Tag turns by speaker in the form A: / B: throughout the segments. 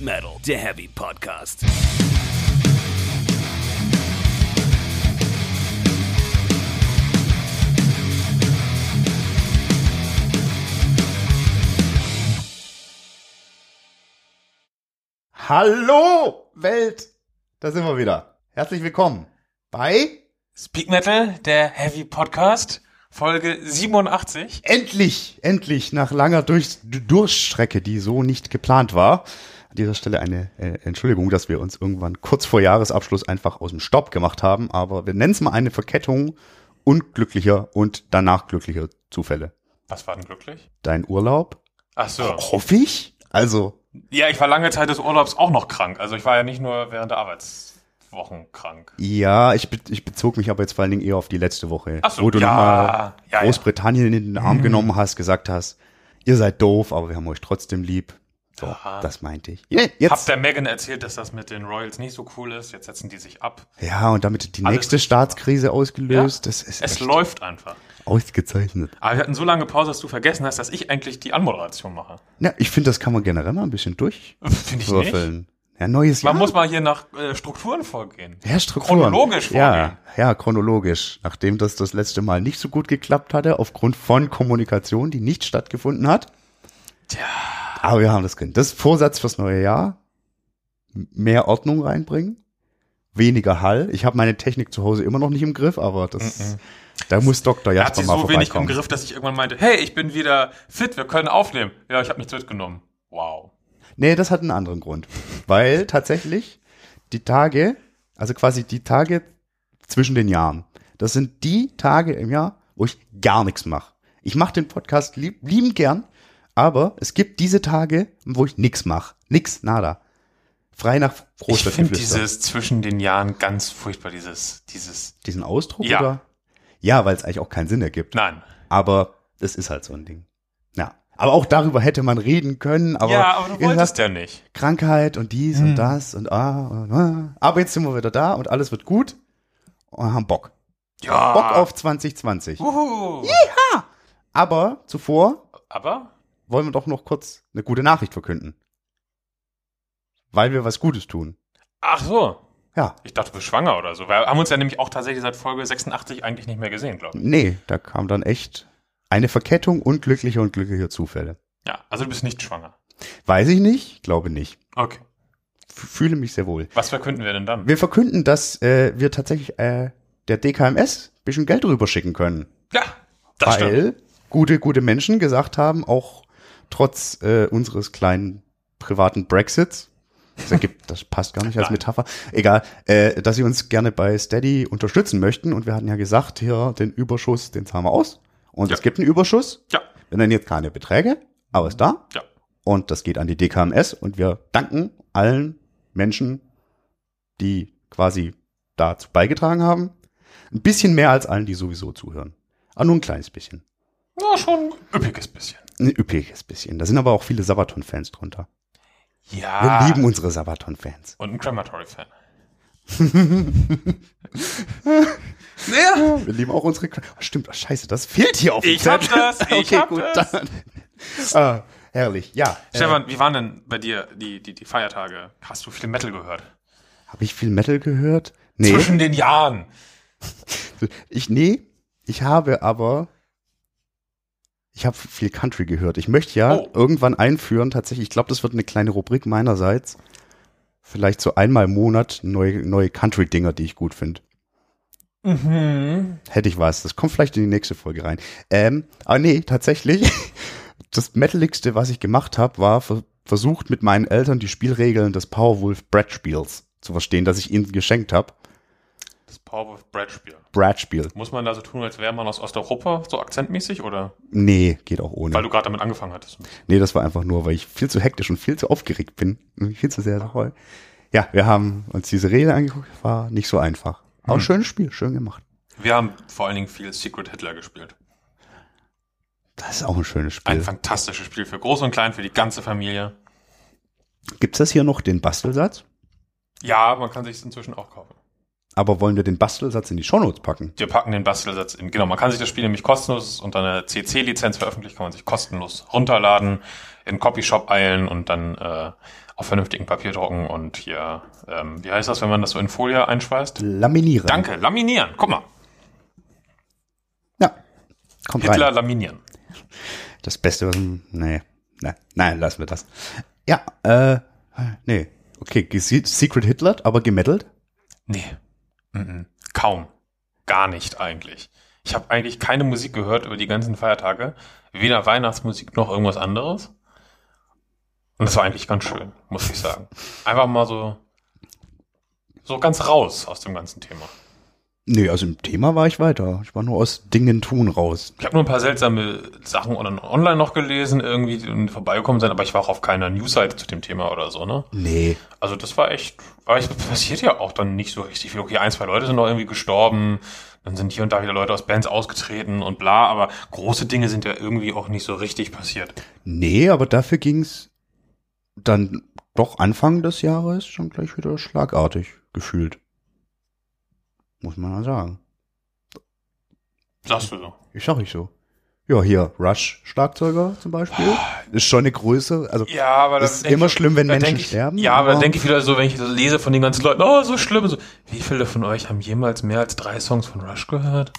A: Metal, der Heavy Podcast.
B: Hallo Welt, da sind wir wieder. Herzlich willkommen bei
C: Speak Metal, der Heavy Podcast, Folge 87.
B: endlich, endlich nach langer Durch Durchstrecke, die so nicht geplant war. An dieser Stelle eine äh, Entschuldigung, dass wir uns irgendwann kurz vor Jahresabschluss einfach aus dem Staub gemacht haben, aber wir nennen es mal eine Verkettung unglücklicher und danach glücklicher Zufälle.
C: Was war denn glücklich?
B: Dein Urlaub?
C: Ach so.
B: Hoffe ich? Also,
C: Ja, ich war lange Zeit des Urlaubs auch noch krank. Also ich war ja nicht nur während der Arbeitswochen krank.
B: ja, ich, be ich bezog mich aber jetzt vor allen Dingen eher auf die letzte Woche,
C: Ach so,
B: wo du
C: ja,
B: nochmal
C: ja, ja.
B: Großbritannien in den Arm genommen hast, gesagt hast, ihr seid doof, aber wir haben euch trotzdem lieb. So,
C: Aha.
B: das meinte ich. Ja,
C: Hab
B: jetzt.
C: der Megan erzählt, dass das mit den Royals nicht so cool ist. Jetzt setzen die sich ab.
B: Ja, und damit die
C: Alles
B: nächste
C: richtig
B: Staatskrise ausgelöst.
C: Ja,
B: Das ist
C: es
B: echt
C: läuft einfach.
B: ausgezeichnet.
C: Aber wir hatten so lange Pause, dass du vergessen hast, dass ich eigentlich die Anmoderation mache.
B: Ja, ich finde, das kann man generell mal ein bisschen
C: Finde ich nicht.
B: durchwürfeln. Ja, neues
C: Man
B: Jahr.
C: muss mal hier nach äh, Strukturen vorgehen.
B: ja, Strukturen.
C: chronologisch vorgehen.
B: ja, ja, chronologisch. Nachdem das das letzte Mal nicht so gut geklappt hatte, aufgrund von Kommunikation, die nicht stattgefunden hat.
C: Tja.
B: Aber wir haben das drin. Das ist Vorsatz fürs neue Jahr. M- Mehr Ordnung reinbringen. Weniger Hall. Ich habe meine Technik zu Hause immer noch nicht im Griff, aber das, da muss Dr.
C: Er hat
B: Jasper
C: sie
B: mal
C: so wenig im
B: vorbeikommen.
C: Griff, dass ich irgendwann meinte, hey, ich bin wieder fit, wir können aufnehmen. Ja, ich habe nichts mitgenommen. Wow.
B: Nee, das hat einen anderen Grund. Weil tatsächlich die Tage, also quasi die Tage zwischen den Jahren, das sind die Tage im Jahr, wo ich gar nichts mache. Ich mache den Podcast lieb, lieben gern, aber es gibt diese Tage, wo ich nichts mache. Nix, nada. Frei nach
C: Ich finde
B: Großstadtgeflüster.
C: dieses zwischen den Jahren ganz furchtbar, dieses, dieses,
B: Diesen Ausdruck?
C: Ja.
B: Oder? Ja, weil es eigentlich auch keinen Sinn ergibt.
C: nein.
B: Aber es ist halt so ein Ding. Ja. Aber auch darüber hätte man reden können. Aber
C: ja, aber
B: ihr
C: du wolltest ja nicht.
B: Krankheit und dies und das und ah, und ah. Aber jetzt sind wir wieder da und alles wird gut und haben Bock.
C: Ja.
B: Bock auf 2020.
C: Uhu.
B: Aber zuvor
C: Aber?
B: wollen wir doch noch kurz eine gute Nachricht verkünden. Weil wir was Gutes tun.
C: Ach so.
B: Ja.
C: Ich dachte, du bist schwanger oder so. Wir haben uns ja nämlich auch tatsächlich seit Folge 86 eigentlich nicht mehr gesehen, glaube ich.
B: Nee, da kam dann echt eine Verkettung unglücklicher und glücklicher Zufälle.
C: Ja, also du bist nicht schwanger.
B: Weiß ich nicht, glaube nicht.
C: Okay.
B: F fühle mich sehr wohl.
C: Was verkünden wir denn dann?
B: Wir verkünden, dass äh, wir tatsächlich äh, der DKMS ein bisschen Geld rüberschicken können.
C: ja, das stimmt.
B: weil gute, gute Menschen gesagt haben, auch trotz äh, unseres kleinen privaten Brexits, das, ergibt, das passt gar nicht als
C: Nein.
B: Metapher, egal, äh, dass sie uns gerne bei Steady unterstützen möchten. Und wir hatten ja gesagt, hier den Überschuss, den zahlen wir aus. Und
C: Ja.
B: es gibt einen Überschuss.
C: Ja,
B: Wir nennen jetzt keine Beträge, aber ist da.
C: ja.
B: Und das geht an die DKMS. Und wir danken allen Menschen, die quasi dazu beigetragen haben. Ein bisschen mehr als allen, die sowieso zuhören. Aber nur ein kleines bisschen.
C: Na, schon ein üppiges bisschen.
B: Ein üppiges bisschen. Da sind aber auch viele Sabaton-Fans drunter. Wir
C: Ja.
B: lieben unsere Sabaton-Fans.
C: Und ein Crematory-Fan.
B: Ja. Wir lieben auch unsere. Kr- Ah, stimmt, ah, scheiße, das fehlt hier auf dem
C: Ich hab
B: Zettel.
C: das, ich hab das.
B: dann. Ah, herrlich, ja. äh,
C: Stefan, wie waren denn bei dir die, die, die Feiertage? Hast du viel Metal gehört?
B: Habe ich viel Metal gehört? Nee.
C: Zwischen den Jahren.
B: Ich, nee, ich habe aber. Ich habe viel Country gehört. Ich möchte ja
C: Oh.
B: irgendwann einführen, tatsächlich, ich glaube, das wird eine kleine Rubrik meinerseits. Vielleicht so einmal im Monat neue, neue Country-Dinger, die ich gut finde.
C: Mhm.
B: Hätte ich was. Das kommt vielleicht in die nächste Folge rein. Ähm, aber nee, tatsächlich, das Metaligste, was ich gemacht habe, war ver versucht, mit meinen Eltern die Spielregeln des Powerwolf Brad-Spiels zu verstehen, das ich ihnen geschenkt habe.
C: Das Powerwolf Brad Spiel.
B: Brad-Spiel.
C: Muss man da so tun, als wäre man aus Osteuropa, so akzentmäßig, oder?
B: Nee, geht auch ohne.
C: Weil du gerade damit angefangen hattest.
B: Nee, das war einfach nur, weil ich viel zu hektisch und viel zu aufgeregt bin. Und Viel zu sehr toll. Ja, wir haben uns diese Rede angeguckt, war nicht so einfach. Aber
C: Hm.
B: schönes Spiel, schön gemacht.
C: Wir haben vor allen Dingen viel Secret Hitler gespielt.
B: Das ist auch ein schönes
C: Ein
B: Spiel.
C: fantastisches Spiel für Groß und Klein, für die ganze Familie.
B: Gibt's das hier noch, den Bastelsatz?
C: Ja, man kann sich inzwischen auch kaufen.
B: Aber wollen wir den Bastelsatz in die Shownotes packen?
C: Wir packen den Bastelsatz in. Genau, man kann sich das Spiel nämlich kostenlos unter einer CC-Lizenz veröffentlicht, kann man sich kostenlos runterladen, in den Copyshop eilen und dann äh, auf vernünftigen Papier drucken und hier, ähm, wie heißt das, wenn man das so in Folie einschweißt?
B: Laminieren.
C: Danke, laminieren. Guck mal,
B: Ja. Kommt
C: Hitler
B: rein.
C: laminieren.
B: Das Beste, was. Nee. Nein, nein, lassen wir das. Ja, äh, nee. Okay, gese- Secret Hitler, aber gemettelt.
C: Nee. Mhm. Kaum. Gar nicht eigentlich. Ich habe eigentlich keine Musik gehört über die ganzen Feiertage. Weder Weihnachtsmusik noch irgendwas anderes. Und das war eigentlich ganz schön, muss ich sagen. Einfach mal so, so ganz raus aus dem ganzen Thema.
B: Nee, also im Thema war ich weiter. Ich war nur aus Dingen tun raus.
C: Ich habe nur ein paar seltsame Sachen on- online noch gelesen, irgendwie die vorbeigekommen sind, aber ich war auch auf keiner Newsseite zu dem Thema oder so, ne?
B: Nee.
C: Also das war echt, aber es passiert ja auch dann nicht so richtig viel. Okay, ein, zwei Leute sind noch irgendwie gestorben, dann sind hier und da wieder Leute aus Bands ausgetreten und bla, aber große Dinge sind ja irgendwie auch nicht so richtig passiert.
B: Nee, aber dafür ging's dann doch Anfang des Jahres schon gleich wieder schlagartig gefühlt. Muss man ja sagen.
C: Sagst du so.
B: Ich sag ich so. Ja, hier, Rush-Schlagzeuger zum Beispiel. Ist schon eine Größe. Also,
C: Ja, aber
B: Ist immer schlimm, wenn
C: da
B: Menschen
C: denk ich,
B: sterben,
C: Ja, aber da
B: aber-
C: denke ich wieder so, wenn ich das lese von den ganzen Leuten, oh, so schlimm. So. Wie viele von euch haben jemals mehr als drei Songs von Rush gehört?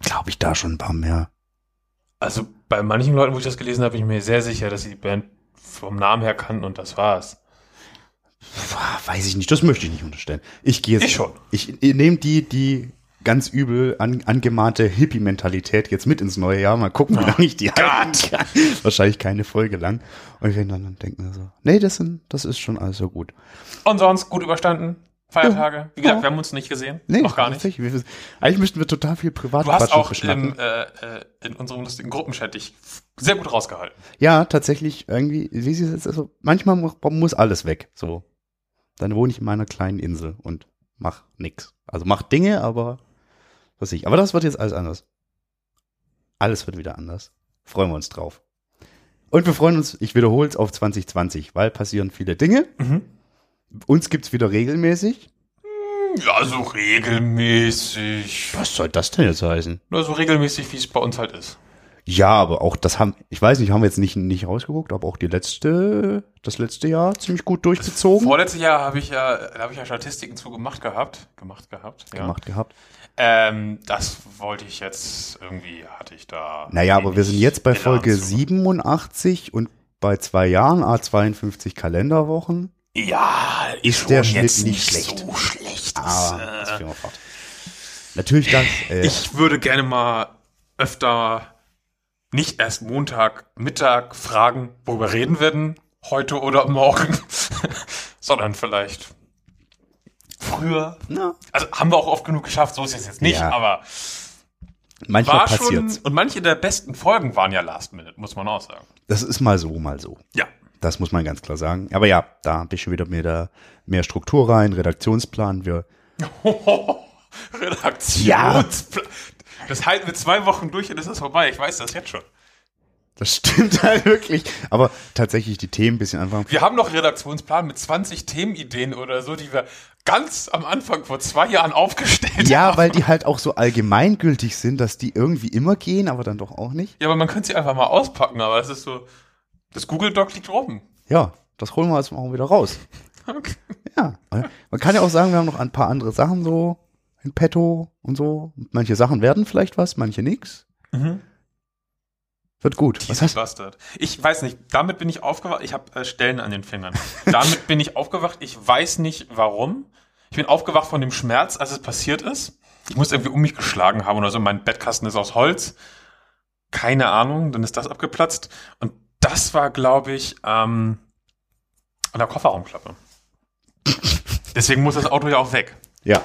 B: glaube ich, da schon ein paar mehr.
C: Also bei manchen Leuten, wo ich das gelesen habe, bin ich mir sehr sicher, dass sie die Band vom Namen her kannten und das war's.
B: Pff, Weiß ich nicht, das möchte ich nicht unterstellen. Ich gehe jetzt.
C: Ich schon.
B: Ich, ich nehme die, die ganz übel an, angemahnte Hippie-Mentalität jetzt mit ins neue Jahr. Mal
C: Oh
B: gucken, wie lange ich die halten kann. Wahrscheinlich keine Folge lang. Und ich werde dann denken so, nee, das, sind, das ist schon alles so gut.
C: Und sonst gut überstanden. Feiertage. Wie gesagt, wir haben uns nicht gesehen.
B: Nee,
C: noch gar nicht.
B: tatsächlich, wir- Eigentlich müssten wir total viel privat
C: Du hast auch im,
B: ne?
C: äh, äh, in unserem lustigen Gruppenchat dich f- sehr gut rausgehalten.
B: Ja, tatsächlich, irgendwie, wie sie es jetzt, also manchmal mu- muss alles weg. So. Dann wohne ich in meiner kleinen Insel und mach nix. Also mach Dinge, aber was ich. Aber das wird jetzt alles anders. Alles wird wieder anders. Freuen wir uns drauf. Und wir freuen uns, ich wiederhole es auf 2020, weil passieren viele Dinge. Mhm. Uns gibt's wieder regelmäßig.
C: Ja, so regelmäßig.
B: Was soll das denn jetzt heißen?
C: Nur so regelmäßig, wie es bei uns halt ist.
B: Ja, aber auch das haben, ich weiß nicht, haben wir jetzt nicht, nicht rausgeguckt, aber auch die letzte, das letzte Jahr ziemlich gut durchgezogen.
C: Vorletztes Jahr habe ich ja, da habe ich ja Statistiken zu gemacht gehabt. Gemacht gehabt. Ja.
B: gemacht gehabt.
C: Ähm, das wollte ich jetzt irgendwie, hatte ich da.
B: Naja, aber wir sind jetzt bei
C: wenig
B: Folge
C: Elan zu.
B: 87 und bei zwei Jahren, A52 Kalenderwochen.
C: Ja, ist,
B: der
C: schon
B: Schnitt
C: jetzt
B: nicht
C: nicht
B: schlecht. Ah.
C: so schlecht. Das,
B: Aber das
C: äh,
B: führen wir fort. Natürlich das. Äh,
C: ich würde gerne mal öfter nicht erst Montag, Mittag fragen, worüber reden wir denn heute oder morgen, sondern vielleicht früher.
B: na,
C: Also haben wir auch oft genug geschafft, so ist es jetzt nicht,
B: Ja,
C: aber
B: manchmal
C: war schon.
B: passiert's.
C: Und manche der besten Folgen waren ja Last Minute, muss man auch sagen.
B: Das ist mal so, mal so.
C: Ja.
B: Das muss man ganz klar sagen. Aber ja, da habe ich schon wieder mehr, da, mehr Struktur rein, Redaktionsplan. Wir,
C: Redaktionsplan. Das halten wir zwei Wochen durch und das ist vorbei. Ich weiß das jetzt schon.
B: das stimmt halt wirklich. Aber tatsächlich die Themen ein bisschen anfangen.
C: Wir haben noch einen Redaktionsplan mit 20 Themenideen oder so, die wir ganz am Anfang vor zwei Jahren aufgestellt haben.
B: Ja, weil die halt auch so allgemeingültig sind, dass die irgendwie immer gehen, aber dann doch auch nicht.
C: Ja, aber man könnte sie einfach mal auspacken, aber es ist so. Das Google Doc liegt rum.
B: Ja, das holen wir jetzt mal wieder raus.
C: Okay.
B: Ja, äh, man kann ja auch sagen, wir haben noch ein paar andere Sachen so in petto und so. Manche Sachen werden vielleicht was, manche nix. Wird gut. Was
C: Easy
B: hast
C: Bastard. Ich weiß nicht, damit bin ich aufgewacht. Ich habe äh, Stellen an den Fingern. damit bin ich aufgewacht. Ich weiß nicht warum. Ich bin aufgewacht von dem Schmerz, als es passiert ist. Ich muss irgendwie um mich geschlagen haben oder so. Mein Bettkasten ist aus Holz. Keine Ahnung. Dann ist das abgeplatzt. Und das war, glaube ich, ähm, an der Kofferraumklappe. Deswegen muss das Auto ja auch weg.
B: Ja.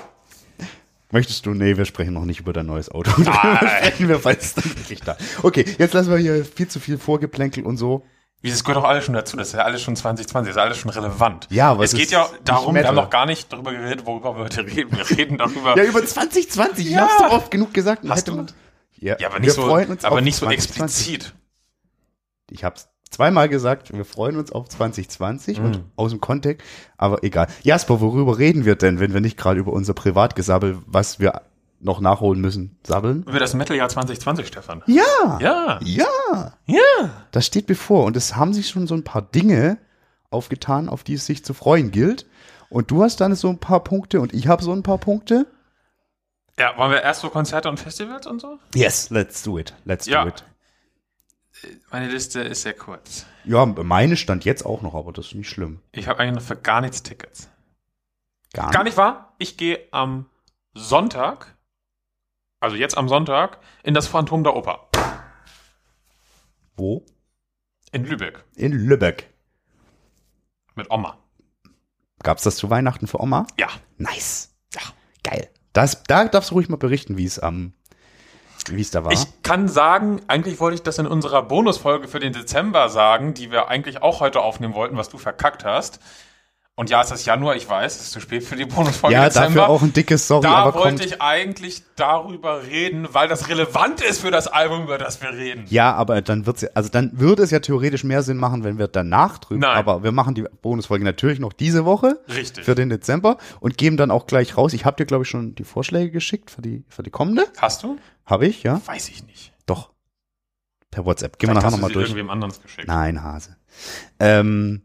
B: Möchtest du? Nee, wir sprechen noch nicht über dein neues Auto. sprechen wir, falls es dann wirklich da. Okay, jetzt lassen wir hier viel zu viel Vorgeplänkel und so.
C: Wie, Das gehört auch alles schon dazu. Das ist ja alles schon 2020. Das ist alles schon relevant.
B: Ja, aber
C: es
B: es
C: geht
B: ist
C: ja
B: nicht
C: darum, wir
B: Metal.
C: haben noch gar nicht darüber geredet, worüber wir heute reden. Wir reden darüber.
B: Ja, über 2020. Ich
C: Ja.
B: hab's doch oft genug gesagt.
C: Hast
B: Hätte
C: du?
B: man- Ja,
C: Ja, aber
B: wir
C: nicht so,
B: freuen uns
C: aber
B: auf
C: nicht so
B: 2020.
C: explizit.
B: ich habe es zweimal gesagt, wir freuen uns auf 2020 und aus dem Kontext, aber egal. Jasper, worüber reden wir denn, wenn wir nicht gerade über unser Privatgesabbel, was wir noch nachholen müssen, sabbeln?
C: Über das Metal-Jahr 2020, Stefan.
B: Ja,
C: Ja.
B: ja,
C: Ja.
B: das steht bevor und es haben sich schon so ein paar Dinge aufgetan, auf die es sich zu freuen gilt. Und du hast dann so ein paar Punkte und ich habe so ein paar Punkte.
C: Ja, wollen wir erst so Konzerte und Festivals und so?
B: Yes, let's do it. Let's
C: Ja.
B: do it.
C: Meine Liste ist sehr kurz.
B: Ja, meine stand jetzt auch noch, aber das ist nicht schlimm.
C: Ich habe eigentlich noch für gar nichts Tickets.
B: Gar,
C: Gar nicht wahr? Ich gehe am Sonntag, also jetzt am Sonntag, in das Phantom der Oper
B: Wo?
C: in Lübeck
B: In Lübeck.
C: mit Oma.
B: Gab's das zu Weihnachten für Oma?
C: Ja.
B: Nice. Ja, geil. Das, da darfst du ruhig mal berichten, wie es am, wie es da war.
C: Ich kann sagen, eigentlich wollte ich das in unserer Bonusfolge für den Dezember sagen, die wir eigentlich auch heute aufnehmen wollten, was du verkackt hast. Und ja, es ist Januar, ich weiß, es ist zu spät für die Bonusfolge
B: ja,
C: Dezember.
B: dafür auch ein dickes Sorry,
C: da
B: aber
C: wollte
B: kommt.
C: ich eigentlich darüber reden, weil das relevant ist für das Album, über das wir reden.
B: Ja, aber dann wird's, ja- also dann würde es ja theoretisch mehr Sinn machen, wenn wir danach drüber,
C: Nein.
B: aber wir machen die Bonusfolge natürlich noch diese Woche.
C: Richtig.
B: Für den Dezember und geben dann auch gleich raus. Ich habe dir, glaube ich, schon die Vorschläge geschickt für die, für die kommende.
C: Hast du?
B: Habe ich, ja?
C: Weiß ich nicht.
B: Doch. Per WhatsApp. Gehen wir
C: Vielleicht
B: nachher
C: hast du
B: nochmal
C: sie
B: durch.
C: irgendwem anderes geschickt.
B: Nein, Hase. Ähm,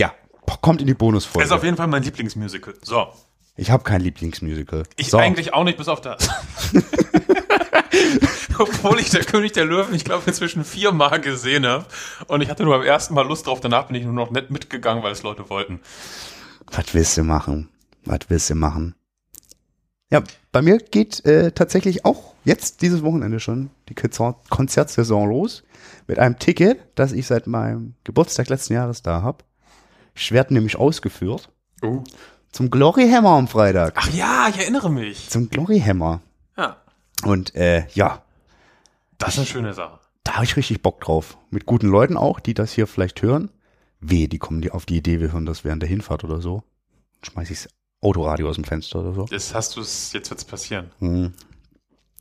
B: ja, kommt in die
C: Das
B: Bonusfolge.
C: ist auf jeden Fall mein Lieblingsmusical. So.
B: Ich habe kein Lieblingsmusical.
C: Ich
B: so.
C: eigentlich auch nicht, bis auf das. Obwohl ich der König der Löwen, ich glaube, inzwischen viermal gesehen habe. Und ich hatte nur beim ersten Mal Lust drauf, danach bin ich nur noch nett mitgegangen, weil es Leute wollten.
B: Was willst du machen? Was willst du machen? Ja, bei mir geht äh, tatsächlich auch jetzt dieses Wochenende schon die Konzer- Konzertsaison los mit einem Ticket, das ich seit meinem Geburtstag letzten Jahres da habe. Ich werde nämlich ausgeführt
C: Oh.
B: zum Glory Hammer am Freitag.
C: Ach ja, ich erinnere mich.
B: Zum Glory Hammer.
C: Ja,
B: Und äh, ja,
C: das ist eine schöne Sache.
B: da habe ich richtig Bock drauf. Mit guten Leuten auch, die das hier vielleicht hören. Weh, die kommen die auf die Idee, wir hören das während der Hinfahrt oder so. Schmeiß ich das Autoradio aus dem Fenster oder so.
C: Jetzt hast du es, jetzt wird's passieren.
B: Hm.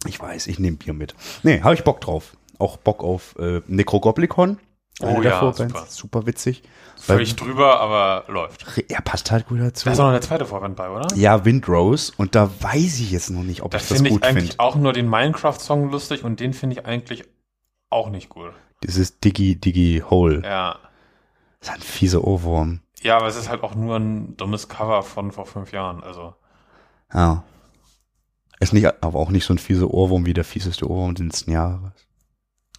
B: Ich weiß, ich nehme Bier mit. Nee, habe ich Bock drauf. Auch Bock auf äh, Necrogoblicon. Eine
C: Oh
B: der
C: ja,
B: Vorbands.
C: super.
B: super witzig.
C: Völlig drüber, aber läuft.
B: Weil- Er passt halt gut dazu.
C: Da ist auch noch der zweite Vorwand bei, oder?
B: ja, Windrose. Und da weiß ich jetzt noch nicht, ob
C: Da
B: ich das
C: finde ich
B: gut
C: eigentlich
B: finde.
C: auch nur den Minecraft-Song lustig und den finde ich eigentlich auch nicht gut.
B: Dieses Diggy, Diggy Hole.
C: Ja.
B: Das ist ein fieser Ohrwurm.
C: Ja, aber es ist halt auch nur ein dummes Cover von vor fünf Jahren. Also.
B: Ja. Ist nicht, aber auch nicht so ein fieser Ohrwurm wie der fieseste Ohrwurm des letzten Jahres.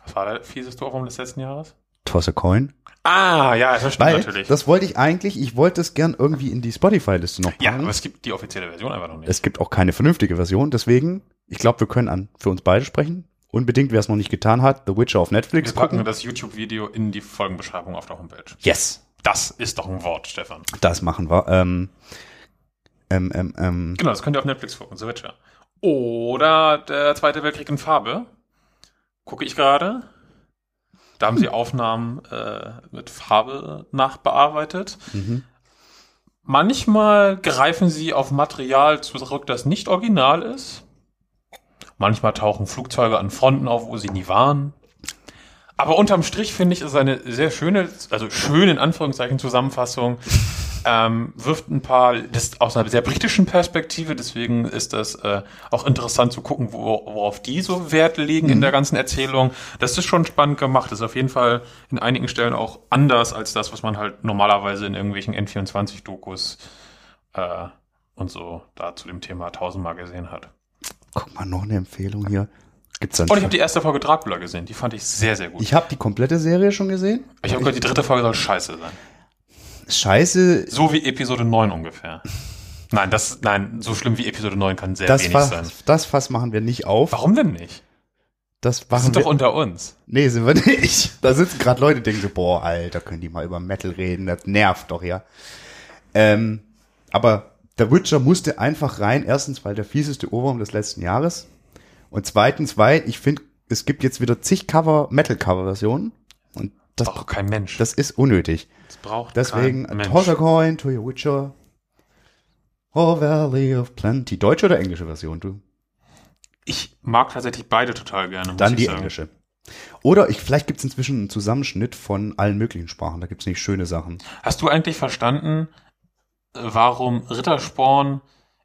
C: Was war der fieseste Ohrwurm um des letzten Jahres?
B: Toss a Coin.
C: Ah, ja, das stimmt
B: Weil,
C: natürlich.
B: das wollte ich eigentlich, ich wollte es gern irgendwie in die Spotify-Liste noch packen.
C: ja, aber es gibt die offizielle Version einfach noch nicht.
B: Es gibt auch keine vernünftige Version, deswegen, ich glaube, wir können an, für uns beide sprechen. Unbedingt, wer es noch nicht getan hat, The Witcher auf Netflix
C: Wir packen
B: gucken.
C: das YouTube-Video in die Folgenbeschreibung auf der Homepage.
B: Yes,
C: Das ist doch ein Wort, Stefan.
B: das machen wir. Ähm, ähm, ähm, ähm.
C: Genau, das könnt ihr auf Netflix gucken, The Witcher. Oder der Zweite Weltkrieg in Farbe. Gucke ich gerade. Da haben sie Aufnahmen äh, mit Farbe nachbearbeitet.
B: Mhm.
C: Manchmal greifen sie auf Material zurück, das nicht original ist. Manchmal tauchen Flugzeuge an Fronten auf, wo sie nie waren. Aber unterm Strich finde ich, ist eine sehr schöne, also schöne in Anführungszeichen Zusammenfassung. Ähm, wirft ein paar, das ist aus einer sehr britischen Perspektive, deswegen ist das äh, auch interessant zu gucken, wo, worauf die so Wert legen in der ganzen Erzählung. Das ist schon spannend gemacht. Das ist auf jeden Fall in einigen Stellen auch anders als das, was man halt normalerweise in irgendwelchen N24-Dokus äh, und so da zu dem Thema tausendmal gesehen hat.
B: Guck mal, noch eine Empfehlung hier. Gibt's dann
C: Und Oh, ich habe die erste Folge Dracula gesehen, die fand ich sehr, sehr gut.
B: ich habe die komplette Serie schon gesehen.
C: Ich habe gehört, die dritte Folge soll scheiße sein.
B: Scheiße,
C: So wie Episode 9 ungefähr. Nein, das, nein, so schlimm wie Episode 9 kann sehr
B: das
C: wenig eh sein.
B: Fass, das Fass machen wir nicht auf.
C: Warum denn nicht?
B: Das
C: Wir
B: machen
C: sind doch
B: wir.
C: unter uns.
B: Nee, sind wir nicht. Da sitzen gerade Leute, denken so, boah, Alter, können die mal über Metal reden, das nervt doch, ja. Ähm, aber der Witcher musste einfach rein, erstens, weil der fieseste Ohrwurm des letzten Jahres und zweitens, weil ich finde, es gibt jetzt wieder zig Cover, Metal-Cover-Versionen und das,
C: Braucht kein Mensch.
B: das ist unnötig.
C: Das braucht
B: Deswegen,
C: kein Mensch.
B: toss a coin to your Witcher. Oh, Valley of Plenty. Deutsche oder englische Version, du?
C: Ich mag tatsächlich beide total gerne. Muss
B: Dann
C: ich
B: die
C: sagen.
B: englische. Oder ich, vielleicht gibt's inzwischen einen Zusammenschnitt von allen möglichen Sprachen. Da gibt's nicht schöne Sachen.
C: Hast du eigentlich verstanden, äh, warum Rittersporn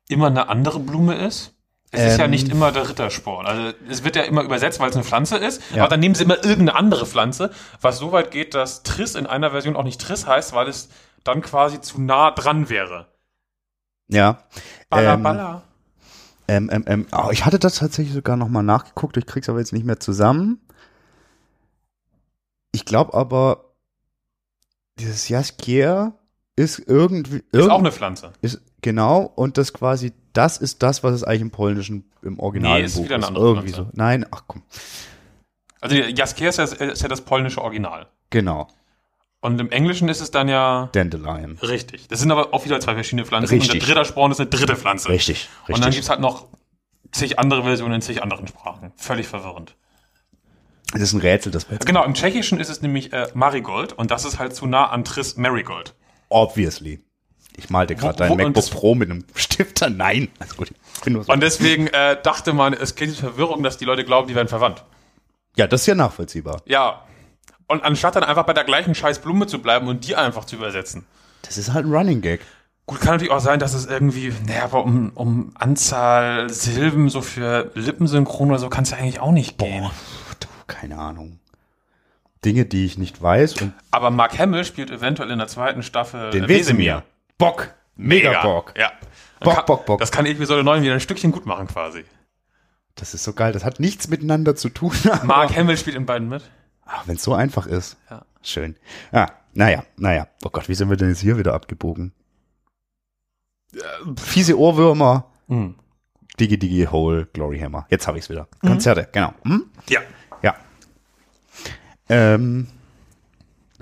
C: immer eine andere Blume ist? Es ist ja
B: Ähm.
C: nicht immer der Rittersport. Also es wird ja immer übersetzt, weil es eine Pflanze ist, aber dann nehmen sie immer irgendeine andere Pflanze, was so weit geht, dass Triss in einer Version auch nicht Triss heißt, weil es dann quasi zu nah dran wäre.
B: Ja.
C: Balla,
B: Ähm,
C: balla.
B: Ähm, ähm, ähm, oh, ich hatte das tatsächlich sogar nochmal nachgeguckt, ich krieg's aber jetzt nicht mehr zusammen. Ich glaube aber, dieses Jaskier ist irgendwie.
C: Ist
B: irgend-
C: auch eine Pflanze.
B: ist, genau, und das quasi, das ist das, was es eigentlich im polnischen, im Original
C: Nee, ist
B: Buch
C: wieder eine
B: ist.
C: andere
B: Irgendwie so.
C: Pflanze.
B: Nein, ach komm.
C: Also Jaskier ist ja, ist ja das polnische Original.
B: Genau.
C: Und im Englischen ist es dann ja
B: Dandelion.
C: richtig. Das sind aber auch wieder zwei verschiedene Pflanzen. Und
B: Richtig.
C: der Rittersporn ist eine dritte Pflanze.
B: Richtig, richtig.
C: Und dann gibt's halt noch zig andere Versionen in zig anderen Sprachen. Völlig verwirrend.
B: das ist ein Rätsel, das wir jetzt
C: Genau, im Tschechischen ist es nämlich äh, Marigold und das ist halt zu nah an Triss Marigold.
B: Obviously. Ich malte gerade
C: Wo-
B: dein
C: wo- und
B: MacBook
C: das-
B: Pro mit einem Stifter. Nein. Also gut. Ich bin nur so.
C: Und deswegen äh, dachte man, es gibt Verwirrung, dass die Leute glauben, die werden verwandt.
B: ja, das ist ja nachvollziehbar.
C: Ja. Und anstatt dann einfach bei der gleichen scheiß Blume zu bleiben und die einfach zu übersetzen.
B: Das ist halt ein Running Gag.
C: Gut, kann natürlich auch sein, dass es irgendwie, naja, aber um, um Anzahl Silben so für Lippensynchron oder so kann es ja eigentlich auch nicht gehen.
B: Du, keine Ahnung. Dinge, die ich nicht weiß und
C: Aber Mark Hamill spielt eventuell in der zweiten Staffel
B: den
C: äh,
B: Wesemir. Bock. Mega,
C: Mega.
B: Bock.
C: Ja.
B: Bock,
C: Kann-
B: Bock, Bock.
C: Das kann Episode 9 wieder ein Stückchen gut machen quasi.
B: Das ist so geil. Das hat nichts miteinander zu tun.
C: Mark Hamill spielt in beiden mit.
B: Wenn es so einfach ist.
C: Ja.
B: Schön. Ah, naja, naja. Oh Gott, wie sind wir denn jetzt hier wieder abgebogen? Äh, Fiese Ohrwürmer.
C: Mhm.
B: Digi Digi Hole Glory Hammer. Jetzt habe ich es wieder. Konzerte, genau. Hm?
C: Ja.
B: Ja. Ähm,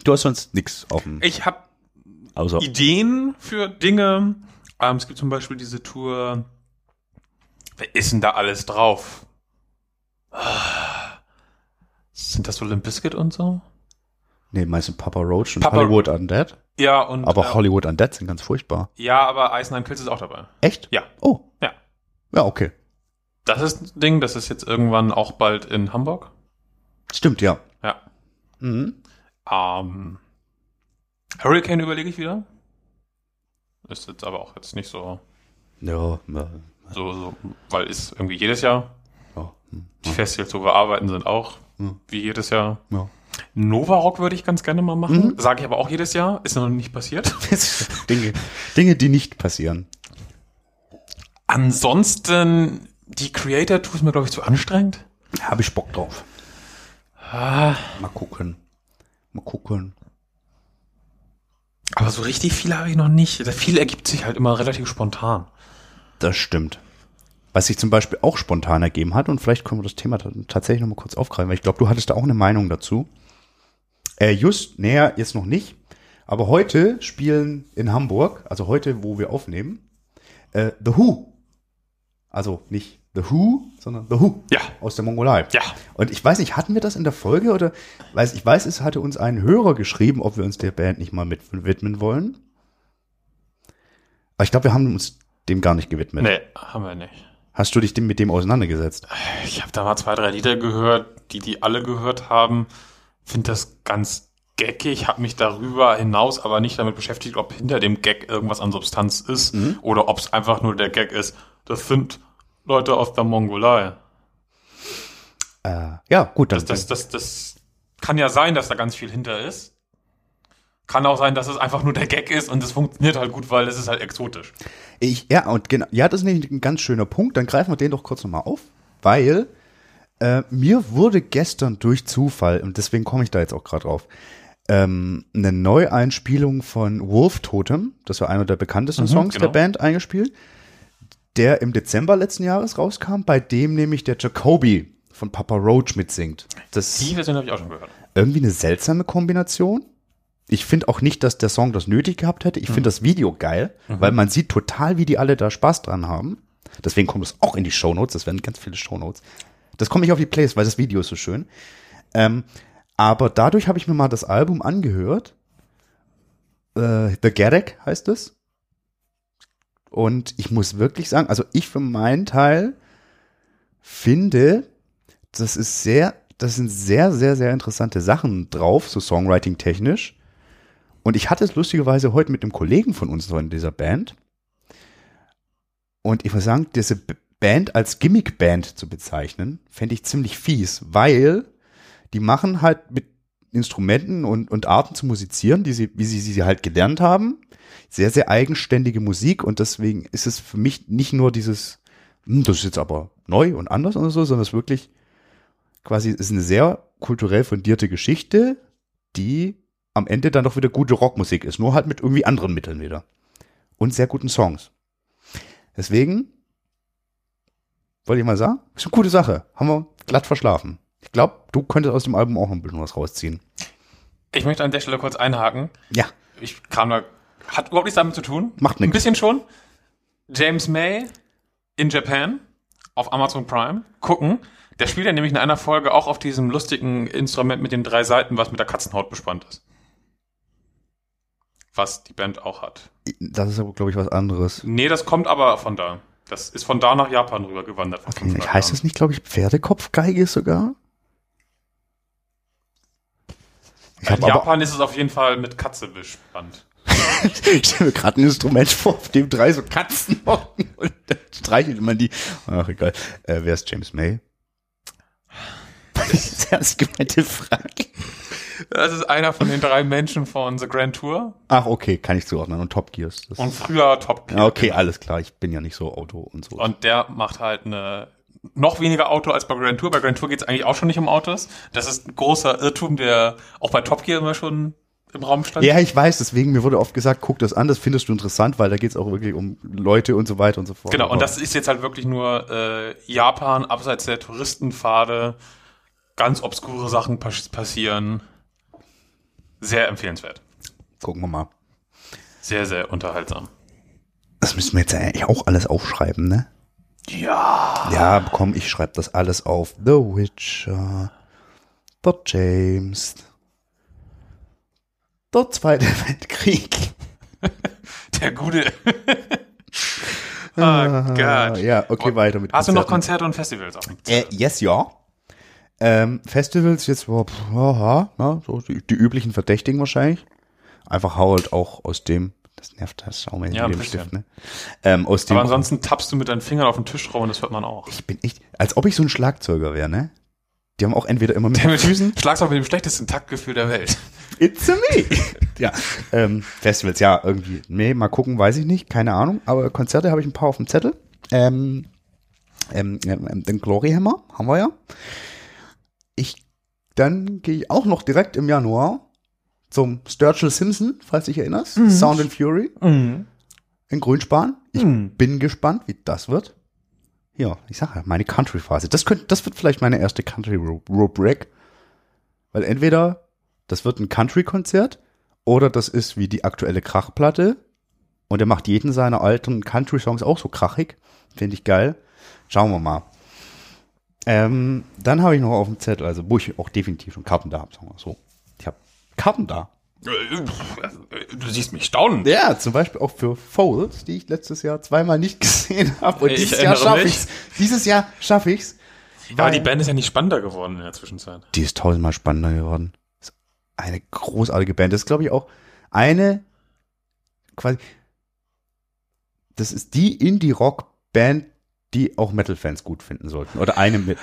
B: du hast sonst nichts auf dem.
C: Ich habe
B: Außer.
C: Ideen für Dinge. Ähm, es gibt zum Beispiel diese Tour. Wer ist denn da alles drauf? Ah. Sind das so Limp Bizkit und so?
B: Nee, meinst du Papa Roach und
C: Papa-
B: Hollywood Undead?
C: Ja, und.
B: Aber
C: äh,
B: Hollywood Undead sind ganz furchtbar.
C: ja, aber Eisen Kills ist auch dabei.
B: Echt?
C: Ja.
B: Oh.
C: Ja.
B: Ja, okay.
C: Das ist ein Ding, das ist jetzt irgendwann auch bald in Hamburg.
B: Stimmt, ja.
C: Ja.
B: Mhm.
C: Ähm, Hurricane überlege ich wieder. Ist jetzt aber auch jetzt nicht so,
B: Ja. ja.
C: so, so weil ist irgendwie jedes Jahr.
B: ja. hm,
C: Die Festivals, wo wir arbeiten, sind auch wie jedes Jahr.
B: ja.
C: Nova Rock würde ich ganz gerne mal machen. Sage ich aber auch jedes Jahr. Ist noch nicht passiert.
B: Dinge, Dinge, die nicht passieren.
C: Ansonsten, die Creator Tour ist mir, glaube ich, zu anstrengend. Ah,
B: Habe ich Bock drauf. Mal gucken. Mal gucken.
C: Aber so richtig viel habe ich noch nicht. Viel ergibt sich halt immer relativ spontan.
B: Das stimmt. Was sich zum Beispiel auch spontan ergeben hat, und vielleicht können wir das Thema ta- tatsächlich nochmal kurz aufgreifen, weil ich glaube, du hattest da auch eine Meinung dazu. Äh, just, näher jetzt noch nicht, aber heute spielen in Hamburg, also heute, wo wir aufnehmen, äh, The Who. Also nicht The Who, sondern The Who.
C: Ja.
B: Aus der Mongolei.
C: Ja.
B: Und ich weiß nicht, hatten wir das in der Folge oder, weiß, ich weiß, es hatte uns ein Hörer geschrieben, ob wir uns der Band nicht mal mit widmen wollen. Aber ich glaube, wir haben uns dem gar nicht gewidmet.
C: Nee, haben wir nicht.
B: Hast du dich dem- mit dem auseinandergesetzt?
C: Ich habe da mal zwei, drei Lieder gehört, die die alle gehört haben. Finde das ganz geckig, habe mich darüber hinaus aber nicht damit beschäftigt, ob hinter dem Gag irgendwas an Substanz ist oder ob es einfach nur der Gag ist. Das sind Leute aus der Mongolei.
B: Äh, ja, gut, dann.
C: Das, das, das, das kann ja sein, dass da ganz viel hinter ist. Kann auch sein, dass es einfach nur der Gag ist und es funktioniert halt gut, weil es ist halt exotisch.
B: ich, ja, und genau, ja, das ist nämlich ein ganz schöner Punkt. Dann greifen wir den doch kurz nochmal auf, weil äh, mir wurde gestern durch Zufall, und deswegen komme ich da jetzt auch gerade drauf, ähm, eine Neueinspielung von Wolf Totem, das war einer der bekanntesten Songs
C: genau.
B: der Band, eingespielt, der im Dezember letzten Jahres rauskam, bei dem nämlich der Jacoby von Papa Roach mitsingt. Das
C: Die Version habe ich auch schon gehört.
B: irgendwie eine seltsame Kombination. Ich finde auch nicht, dass der Song das nötig gehabt hätte. Ich finde das Video geil, weil man sieht total, wie die alle da Spaß dran haben. Deswegen kommt es auch in die Shownotes. Das werden ganz viele Shownotes. Das komme ich auf die Plays, weil das Video ist so schön. Ähm, aber dadurch habe ich mir mal das Album angehört. Äh, The Garrick heißt es. Und ich muss wirklich sagen, also ich für meinen Teil finde, das ist sehr, das sind sehr, sehr, sehr interessante Sachen drauf, so Songwriting-technisch. Und ich hatte es lustigerweise heute mit einem Kollegen von uns noch in dieser Band. Und ich muss sagen, diese, B- Band als Gimmickband zu bezeichnen, fände ich ziemlich fies, weil die machen halt mit Instrumenten und, und Arten zu musizieren, die sie, wie sie, sie sie halt gelernt haben, sehr, sehr eigenständige Musik und deswegen ist es für mich nicht nur dieses, hm, das ist jetzt aber neu und anders oder so, sondern es ist wirklich quasi, es ist eine sehr kulturell fundierte Geschichte, die am Ende dann doch wieder gute Rockmusik ist, nur halt mit irgendwie anderen Mitteln wieder. Und sehr guten Songs. Deswegen, wollte ich mal sagen, ist eine gute Sache. Haben wir glatt verschlafen. Ich glaube, du könntest aus dem Album auch noch ein bisschen was rausziehen.
C: Ich möchte an der Stelle kurz einhaken.
B: Ja,
C: Ich kam da, hat überhaupt nichts damit zu tun.
B: Macht
C: Ein
B: nix.
C: bisschen schon. James May in Japan auf Amazon Prime. Gucken. Der spielt ja nämlich in einer Folge auch auf diesem lustigen Instrument mit den drei Seiten, was mit der Katzenhaut bespannt ist. Was die Band auch hat.
B: das ist aber, glaube ich, was anderes.
C: Nee, das kommt aber von da. Das ist von da nach Japan rüber gewandert. vor 500
B: Heißt
C: Jahren.
B: das nicht, glaube ich, Pferdekopfgeige sogar? Ich
C: In
B: habe aber
C: Japan ist es auf jeden Fall mit Katze bespannt.
B: ich stell mir gerade ein Instrument vor, auf dem drei so Katzen hocken und dann streichelt man die. Ach egal. Äh, wer ist James May? Sehr gemeinte Frage.
C: Das ist einer von den drei Menschen von The Grand Tour
B: Ach okay, kann ich zuordnen. Und Top Gears. Das
C: und früher Top Gear.
B: Ja, okay, alles klar. Ich bin ja nicht so Auto und so.
C: Und der macht halt eine noch weniger Auto als bei Grand Tour. Bei Grand Tour geht es eigentlich auch schon nicht um Autos. Das ist ein großer Irrtum, der auch bei Top Gear immer schon im Raum stand.
B: ja, ich weiß, deswegen, mir wurde oft gesagt, guck das an, das findest du interessant, weil da geht's auch wirklich um Leute und so weiter und so fort.
C: Genau, und das ist jetzt halt wirklich nur äh, Japan, abseits der Touristenpfade, ganz obskure Sachen pas passieren. Sehr empfehlenswert.
B: Gucken wir mal.
C: Sehr, sehr unterhaltsam.
B: Das müssen wir jetzt eigentlich auch alles aufschreiben, ne?
C: Ja.
B: Ja, komm, ich schreibe das alles auf. The Witcher. The James. Der Zweite Weltkrieg.
C: Der gute. oh Gott.
B: Ah, ja, okay, weiter mit
C: Hast du noch
B: Konzerten.
C: Konzerte und Festivals auf dem
B: Äh, yes, ja. Ähm, Festivals jetzt, boah, pf, aha, na, so die, die üblichen Verdächtigen wahrscheinlich. Einfach Howard auch aus dem, das nervt das auch mit
C: Ja, ein
B: dem
C: bisschen.
B: Stift, ne? Ähm, aus dem,
C: Aber ansonsten tappst du mit deinen Fingern auf den Tisch rum und das hört man auch.
B: ich bin echt, als ob ich so ein Schlagzeuger wäre, ne? Die haben auch entweder immer mit,
C: Der mit Füßen? Schlagzeug mit dem schlechtesten Taktgefühl der Welt.
B: it's a me. ja, ähm, Festivals, ja, irgendwie, nee, mal gucken, weiß ich nicht, keine Ahnung, aber Konzerte habe ich ein paar auf dem Zettel. Ähm, ähm, ähm, den Glory Hammer haben wir ja. Ich, dann gehe ich auch noch direkt im Januar zum Sturgill Simpson, falls dich erinnerst.
C: Mhm.
B: Sound and Fury in Grünspan. Ich bin gespannt, wie das wird. Ja, ich sage ja, meine Country-Phase. Das, könnte, das wird vielleicht meine erste Country-Rubrik. Weil entweder das wird ein Country-Konzert oder das ist wie die aktuelle Krachplatte. Und er macht jeden seiner alten Country-Songs auch so krachig. Finde ich geil. Schauen wir mal. Ähm, dann habe ich noch auf dem Zettel, also wo ich auch definitiv schon Karten da habe, sagen wir so. Ich habe Karten da.
C: Du siehst mich staunen.
B: Ja, zum Beispiel auch für Folds, die ich letztes Jahr zweimal nicht gesehen habe. Und
C: Ich
B: dieses Jahr
C: erinnere
B: schaffe
C: mich.
B: ich's. Dieses Jahr schaffe ich's.
C: Aber die Band ist ja nicht spannender geworden in der Zwischenzeit.
B: Die ist tausendmal spannender geworden. Ist eine großartige Band. Das ist, glaube ich, auch eine quasi. Das ist die Indie-Rock-Band, die auch Metal-Fans gut finden sollten. Oder eine mit.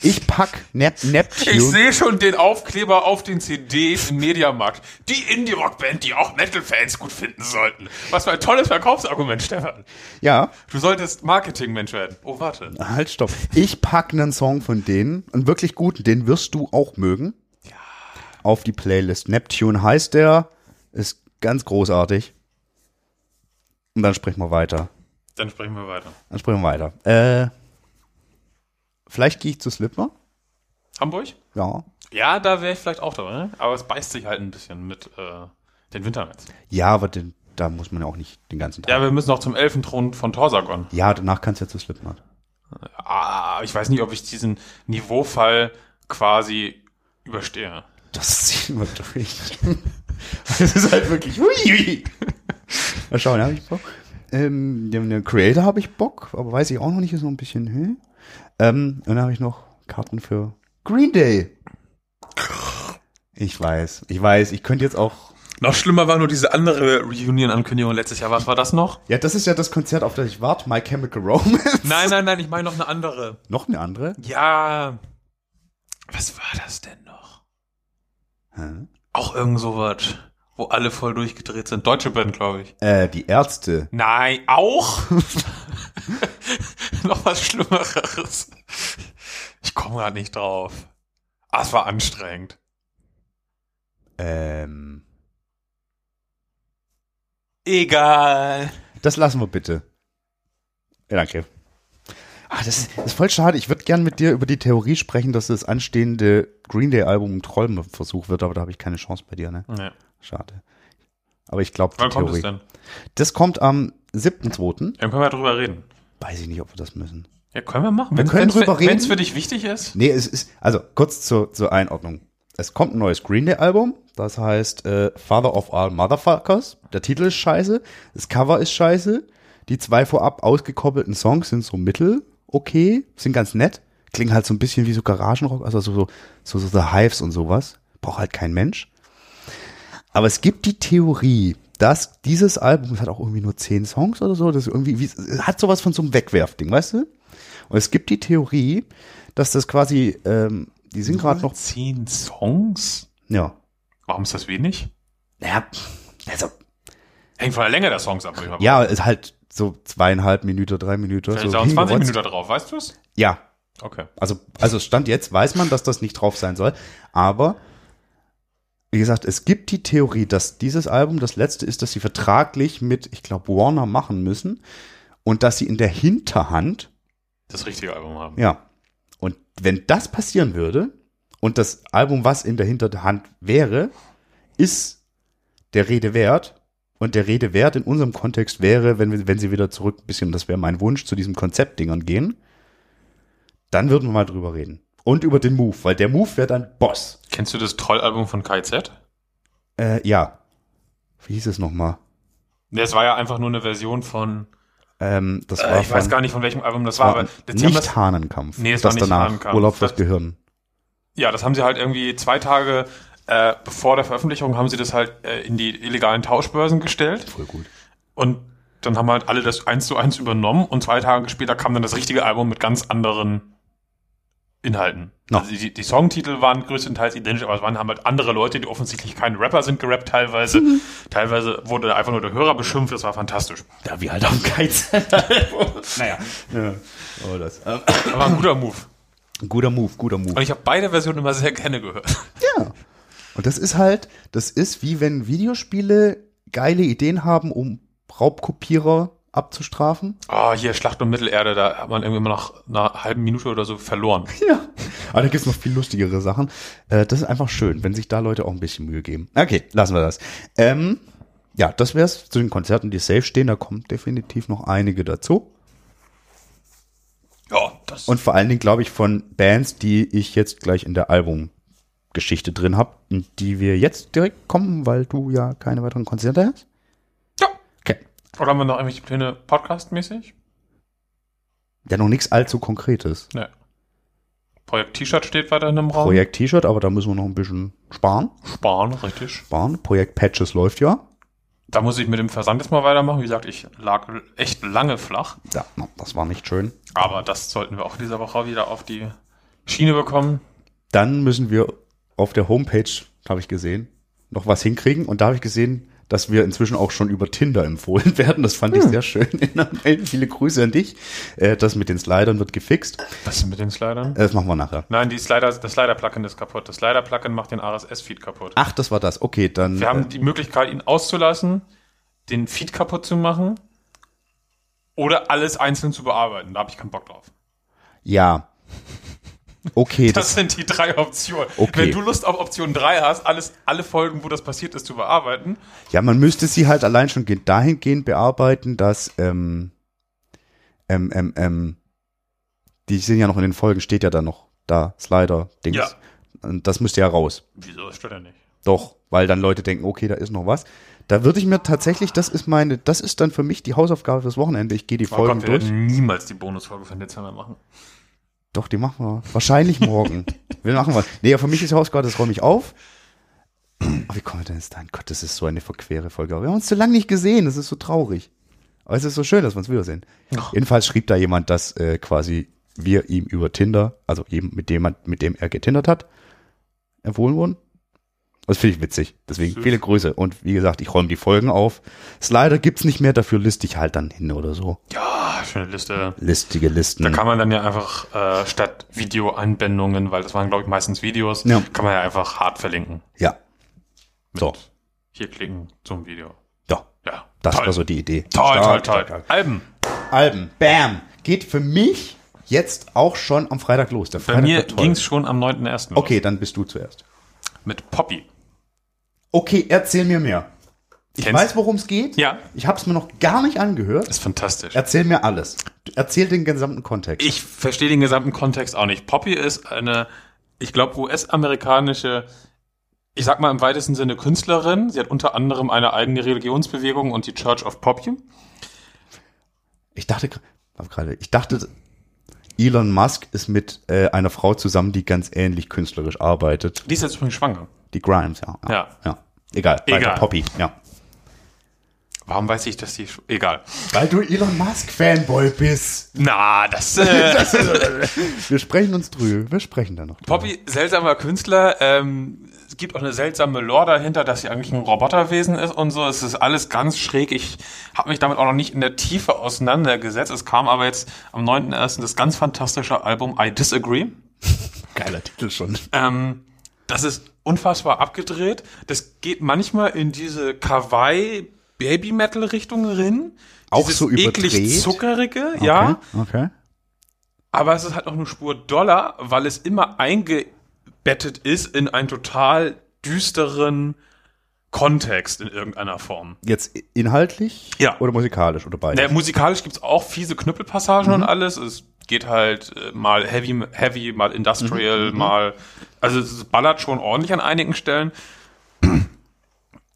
B: Ich pack Nep Neptune.
C: Ich sehe schon den Aufkleber auf den CDs im Mediamarkt. Die Indie-Rock-Band, die auch Metal-Fans gut finden sollten. Was für ein tolles Verkaufsargument, Stefan.
B: ja.
C: Du solltest Marketing-Mensch werden. Oh, warte.
B: Halt, stopp. Ich pack nen Song von denen, einen wirklich guten, den wirst du auch mögen. Auf die Playlist. Neptune heißt der, ist ganz großartig. Und dann sprechen wir weiter.
C: Dann sprechen wir weiter.
B: Dann sprechen wir weiter. Äh, vielleicht gehe ich zu Slipknot.
C: Hamburg?
B: Ja.
C: Ja, da wäre ich vielleicht auch dabei. Aber es beißt sich halt ein bisschen mit äh, den Winternetz.
B: Ja, aber den, da muss man ja auch nicht den ganzen Tag.
C: Ja, wir müssen noch zum Elfenthron von Torsagon.
B: Ja, danach kannst du ja zu Slipknot.
C: Ah, ich weiß nicht, ob ich diesen Niveaufall quasi überstehe.
B: Das ziehen wir durch. Das ist halt wirklich. Hui, hui. Mal schauen, habe ich Bock. Ähm, den den Creator habe ich Bock, aber weiß ich auch noch nicht, ist noch ein bisschen hö. Ähm, und dann habe ich noch Karten für Green Day. Ich weiß, ich weiß, ich könnte jetzt auch.
C: Noch schlimmer war nur diese andere Reunion-Ankündigung letztes Jahr. Was war das noch?
B: Ja, das ist ja das Konzert, auf das ich warte. My Chemical Romance.
C: Nein, nein, nein, ich meine noch eine andere.
B: Noch eine andere?
C: Ja. Was war das denn noch?
B: Hä?
C: Auch irgend sowas, wo alle voll durchgedreht sind. Deutsche Band, glaube ich.
B: Äh, die Ärzte.
C: Nein, auch? noch was Schlimmeres. Ich komme gerade nicht drauf. Ah, es war anstrengend.
B: Ähm,
C: Egal.
B: das lassen wir bitte. Ja, danke. Ah, das, ist- das ist voll schade. Ich würde gern mit dir über die Theorie sprechen, dass das anstehende Green Day Album ein Trollversuch wird, aber da habe ich keine Chance bei dir, ne?
C: Nee.
B: Schade. Aber ich glaube, die
C: Wann kommt
B: Theorie.
C: es denn?
B: Das kommt am 7.2.
C: Dann können wir drüber reden.
B: Weiß ich nicht, ob wir das müssen.
C: Ja, können wir machen.
B: Wir können drüber reden.
C: Wenn es für dich wichtig ist.
B: Nee, es ist, also kurz zur, zur Einordnung. Es kommt ein neues Green Day Album, das heißt äh, Father of All Motherfuckers. Der Titel ist scheiße, das Cover ist scheiße, die zwei vorab ausgekoppelten Songs sind so mittel, okay, sind ganz nett, klingen halt so ein bisschen wie so Garagenrock, also so, so, so, so The Hives und sowas. Braucht halt kein Mensch. Aber es gibt die Theorie, dass dieses Album, es hat auch irgendwie nur zehn Songs oder so, das ist irgendwie, wie, es hat sowas von so einem Wegwerfding, weißt du? Und es gibt die Theorie, dass das quasi, ähm, die sind gerade noch,
C: zehn Songs?
B: ja,
C: Warum ist das wenig?
B: naja, also,
C: Hängt von der Länge der Songs ab. würde ich mal
B: ja, ist halt so zweieinhalb Minuten, drei Minuten.
C: sagen. Vielleicht
B: so
C: sind auch 20
B: hingerotzt.
C: Minuten da drauf, weißt du es?
B: Ja,
C: Okay.
B: Also, also Stand jetzt weiß man, dass das nicht drauf sein soll. Aber, wie gesagt, es gibt die Theorie, dass dieses Album das letzte ist, das sie vertraglich mit, ich glaube, Warner machen müssen. Und dass sie in der Hinterhand,
C: Das richtige Album haben.
B: ja, und wenn das passieren würde und das Album, was in der Hinterhand wäre, ist der Rede wert. Und der Rede wert in unserem Kontext wäre, wenn, wir, wenn sie wieder zurück ein bisschen, das wäre mein Wunsch, zu diesem Konzeptdingern gehen, dann würden wir mal drüber reden. Und über den Move, weil der Move wäre dann Boss.
C: Kennst du das Trollalbum von KZ?
B: Äh, ja. Wie hieß es nochmal?
C: Das war ja einfach nur eine Version von,
B: Ähm, das
C: äh,
B: war
C: ich weiß
B: von-
C: gar nicht, von welchem Album das war,
B: war
C: aber
B: nicht,
C: jetzt haben das,
B: Hahnenkampf.
C: Nee, es
B: das
C: war nicht
B: danach.
C: Hahnenkampf.
B: Urlaub fürs
C: Das-
B: Gehirn.
C: ja, das haben sie halt irgendwie zwei Tage äh, vor der Veröffentlichung haben sie das halt äh, in die illegalen Tauschbörsen gestellt
B: Voll gut.
C: und dann haben halt alle das eins zu eins übernommen und zwei Tage später kam dann das richtige Album mit ganz anderen Inhalten.
B: No.
C: Also die, die Songtitel waren größtenteils identisch, aber es waren haben halt andere Leute, die offensichtlich keine Rapper sind, gerappt teilweise. Teilweise wurde da einfach nur der Hörer beschimpft, das war fantastisch.
B: Da wir halt auf dem Geiz. naja. Ja. Oh, das. Ähm,
C: Aber ein guter Move.
B: guter Move, guter Move.
C: Und ich habe beide Versionen immer sehr gerne gehört.
B: Ja. Und das ist halt, das ist wie wenn Videospiele geile Ideen haben, um Raubkopierer abzustrafen.
C: Ah, hier Schlacht um Mittelerde, da hat man irgendwie immer nach einer halben Minute oder so verloren.
B: Ja. Aber da gibt's noch viel lustigere Sachen. Äh, das ist einfach schön, wenn sich da Leute auch ein bisschen Mühe geben. Okay, lassen wir das. Ähm, ja, das wär's zu den Konzerten, die safe stehen. Da kommen definitiv noch einige dazu.
C: Ja, das.
B: Und vor allen Dingen, glaube ich, von Bands, die ich jetzt gleich in der Albumgeschichte drin habe, in die wir jetzt direkt kommen, weil du ja keine weiteren Konzerte hast.
C: ja.
B: Okay.
C: Oder haben wir noch irgendwelche Pläne podcastmäßig?
B: Ja, noch nichts allzu Konkretes.
C: Nee. Projekt T-Shirt steht weiterhin im Raum.
B: Projekt T-Shirt, aber da müssen wir noch ein bisschen sparen.
C: Sparen, richtig.
B: Sparen. Projekt Patches läuft ja.
C: Da muss ich mit dem Versand jetzt mal weitermachen. Wie gesagt, ich lag echt lange flach.
B: Ja, na, das war nicht schön.
C: Aber das sollten wir auch in dieser Woche wieder auf die Schiene bekommen.
B: Dann müssen wir auf der Homepage, habe ich gesehen, noch was hinkriegen. Und da habe ich gesehen, dass wir inzwischen auch schon über Tinder empfohlen werden. Das fand
C: Hm.
B: ich sehr schön. in der Mail. Viele Grüße an dich. Äh, Das mit den Slidern wird gefixt.
C: Was ist mit den Slidern?
B: Äh, Das machen wir nachher.
C: Nein, die Slider, das Slider-Plugin ist kaputt. Das Slider-Plugin macht den RSS-Feed kaputt.
B: Ach, das war das. Okay, dann.
C: Wir haben
B: äh,
C: die Möglichkeit, ihn auszulassen, den Feed kaputt zu machen oder alles einzeln zu bearbeiten. Da habe ich keinen Bock drauf.
B: ja. Okay, das,
C: Das sind die drei Optionen.
B: Okay.
C: Wenn du Lust auf Option 3 hast, alles, alle Folgen, wo das passiert ist, zu bearbeiten,
B: Ja, man müsste sie halt allein schon ge- dahingehend bearbeiten, dass ähm, ähm, ähm, ähm, die sind ja noch in den Folgen, steht ja da noch da, Slider-Dings.
C: Ja.
B: Und das müsste ja raus.
C: wieso stört er nicht?
B: Doch, weil dann Leute denken, okay, da ist noch was. Da würde ich mir tatsächlich, das ist meine, das ist dann für mich die Hausaufgabe fürs Wochenende. Ich gehe die
C: Oh
B: Folgen
C: Gott, wir
B: durch.
C: werden niemals die Bonusfolge von Dezember machen.
B: Doch, die machen wir. Wahrscheinlich morgen. wir machen was. Nee, ja, für mich ist Hausaufgabe, das räume ich auf. Oh, wie kommen wir denn jetzt dahin? Gott, das ist so eine verquere Folge. Aber Wir haben uns so lange nicht gesehen, das ist so traurig. Aber es ist so schön, dass wir uns wiedersehen. Jedenfalls schrieb da jemand, dass äh, quasi wir ihm über Tinder, also eben mit dem, man- mit dem er getindert hat, empfohlen wurden. Das finde ich witzig. Deswegen
C: Süß.
B: viele Grüße. Und wie gesagt, ich räume die Folgen auf. Slider gibt's nicht mehr, dafür liste ich halt dann hin oder so.
C: Ah, schöne Liste.
B: Listige Listen.
C: Da kann man dann ja einfach äh, statt Videoanbindungen, weil das waren, glaube ich, meistens Videos,
B: Ja.
C: kann man ja einfach hart verlinken.
B: ja. So,
C: Hier klicken zum Video.
B: ja.
C: Ja.
B: Das
C: toll.
B: war so die Idee.
C: toll, toll,
B: Stark,
C: toll,
B: stark, stark.
C: Alben.
B: Alben. Bam. Geht für mich jetzt auch schon am Freitag los. Der
C: Bei
B: Freitag
C: mir
B: wird toll.
C: ging es schon am 9.1. los.
B: Okay, dann bist du zuerst.
C: Mit Poppy.
B: Okay, erzähl mir mehr. Ich
C: Kennst-
B: weiß, worum es geht.
C: Ja.
B: Ich habe es mir noch gar nicht angehört.
C: Ist fantastisch.
B: Erzähl mir alles. Du- Erzähl den gesamten Kontext.
C: Ich verstehe den gesamten Kontext auch nicht. Poppy ist eine, ich glaube, US-amerikanische, ich sag mal im weitesten Sinne Künstlerin. Sie hat unter anderem eine eigene Religionsbewegung und die Church of Poppy.
B: Ich dachte gr- hab gerade, ich dachte, Elon Musk ist mit äh, einer Frau zusammen, die ganz ähnlich künstlerisch arbeitet.
C: Die ist jetzt übrigens schwanger.
B: Die Grimes, ja.
C: Ja.
B: ja. Egal.
C: Egal.
B: Weiter, Poppy, ja.
C: Warum weiß ich, dass die. sch- Egal.
B: Weil du Elon Musk Fanboy bist.
C: Na, das. Äh,
B: Wir sprechen uns drüber. Wir sprechen da noch. drüber.
C: Poppy, seltsamer Künstler. Ähm, es gibt auch eine seltsame Lore dahinter, dass sie eigentlich ein Roboterwesen ist und so. Es ist alles ganz schräg. Ich habe mich damit auch noch nicht in der Tiefe auseinandergesetzt. Es kam aber jetzt am 9.1. das ganz fantastische Album I Disagree.
B: Geiler Titel schon.
C: Ähm, das ist unfassbar abgedreht. Das geht manchmal in diese Kawaii Baby Metal Richtung hin.
B: Auch
C: Dieses
B: so
C: eklig
B: überdreht?
C: zuckerige, ja.
B: Okay. okay.
C: Aber es ist halt noch eine Spur doller, weil es immer eingebettet ist in einen total düsteren Kontext in irgendeiner Form.
B: Jetzt inhaltlich
C: Ja.
B: oder musikalisch oder beides?
C: Naja, musikalisch gibt's auch fiese Knüppelpassagen und alles. Es geht halt äh, mal heavy, heavy mal industrial, mal. Also es ballert schon ordentlich an einigen Stellen.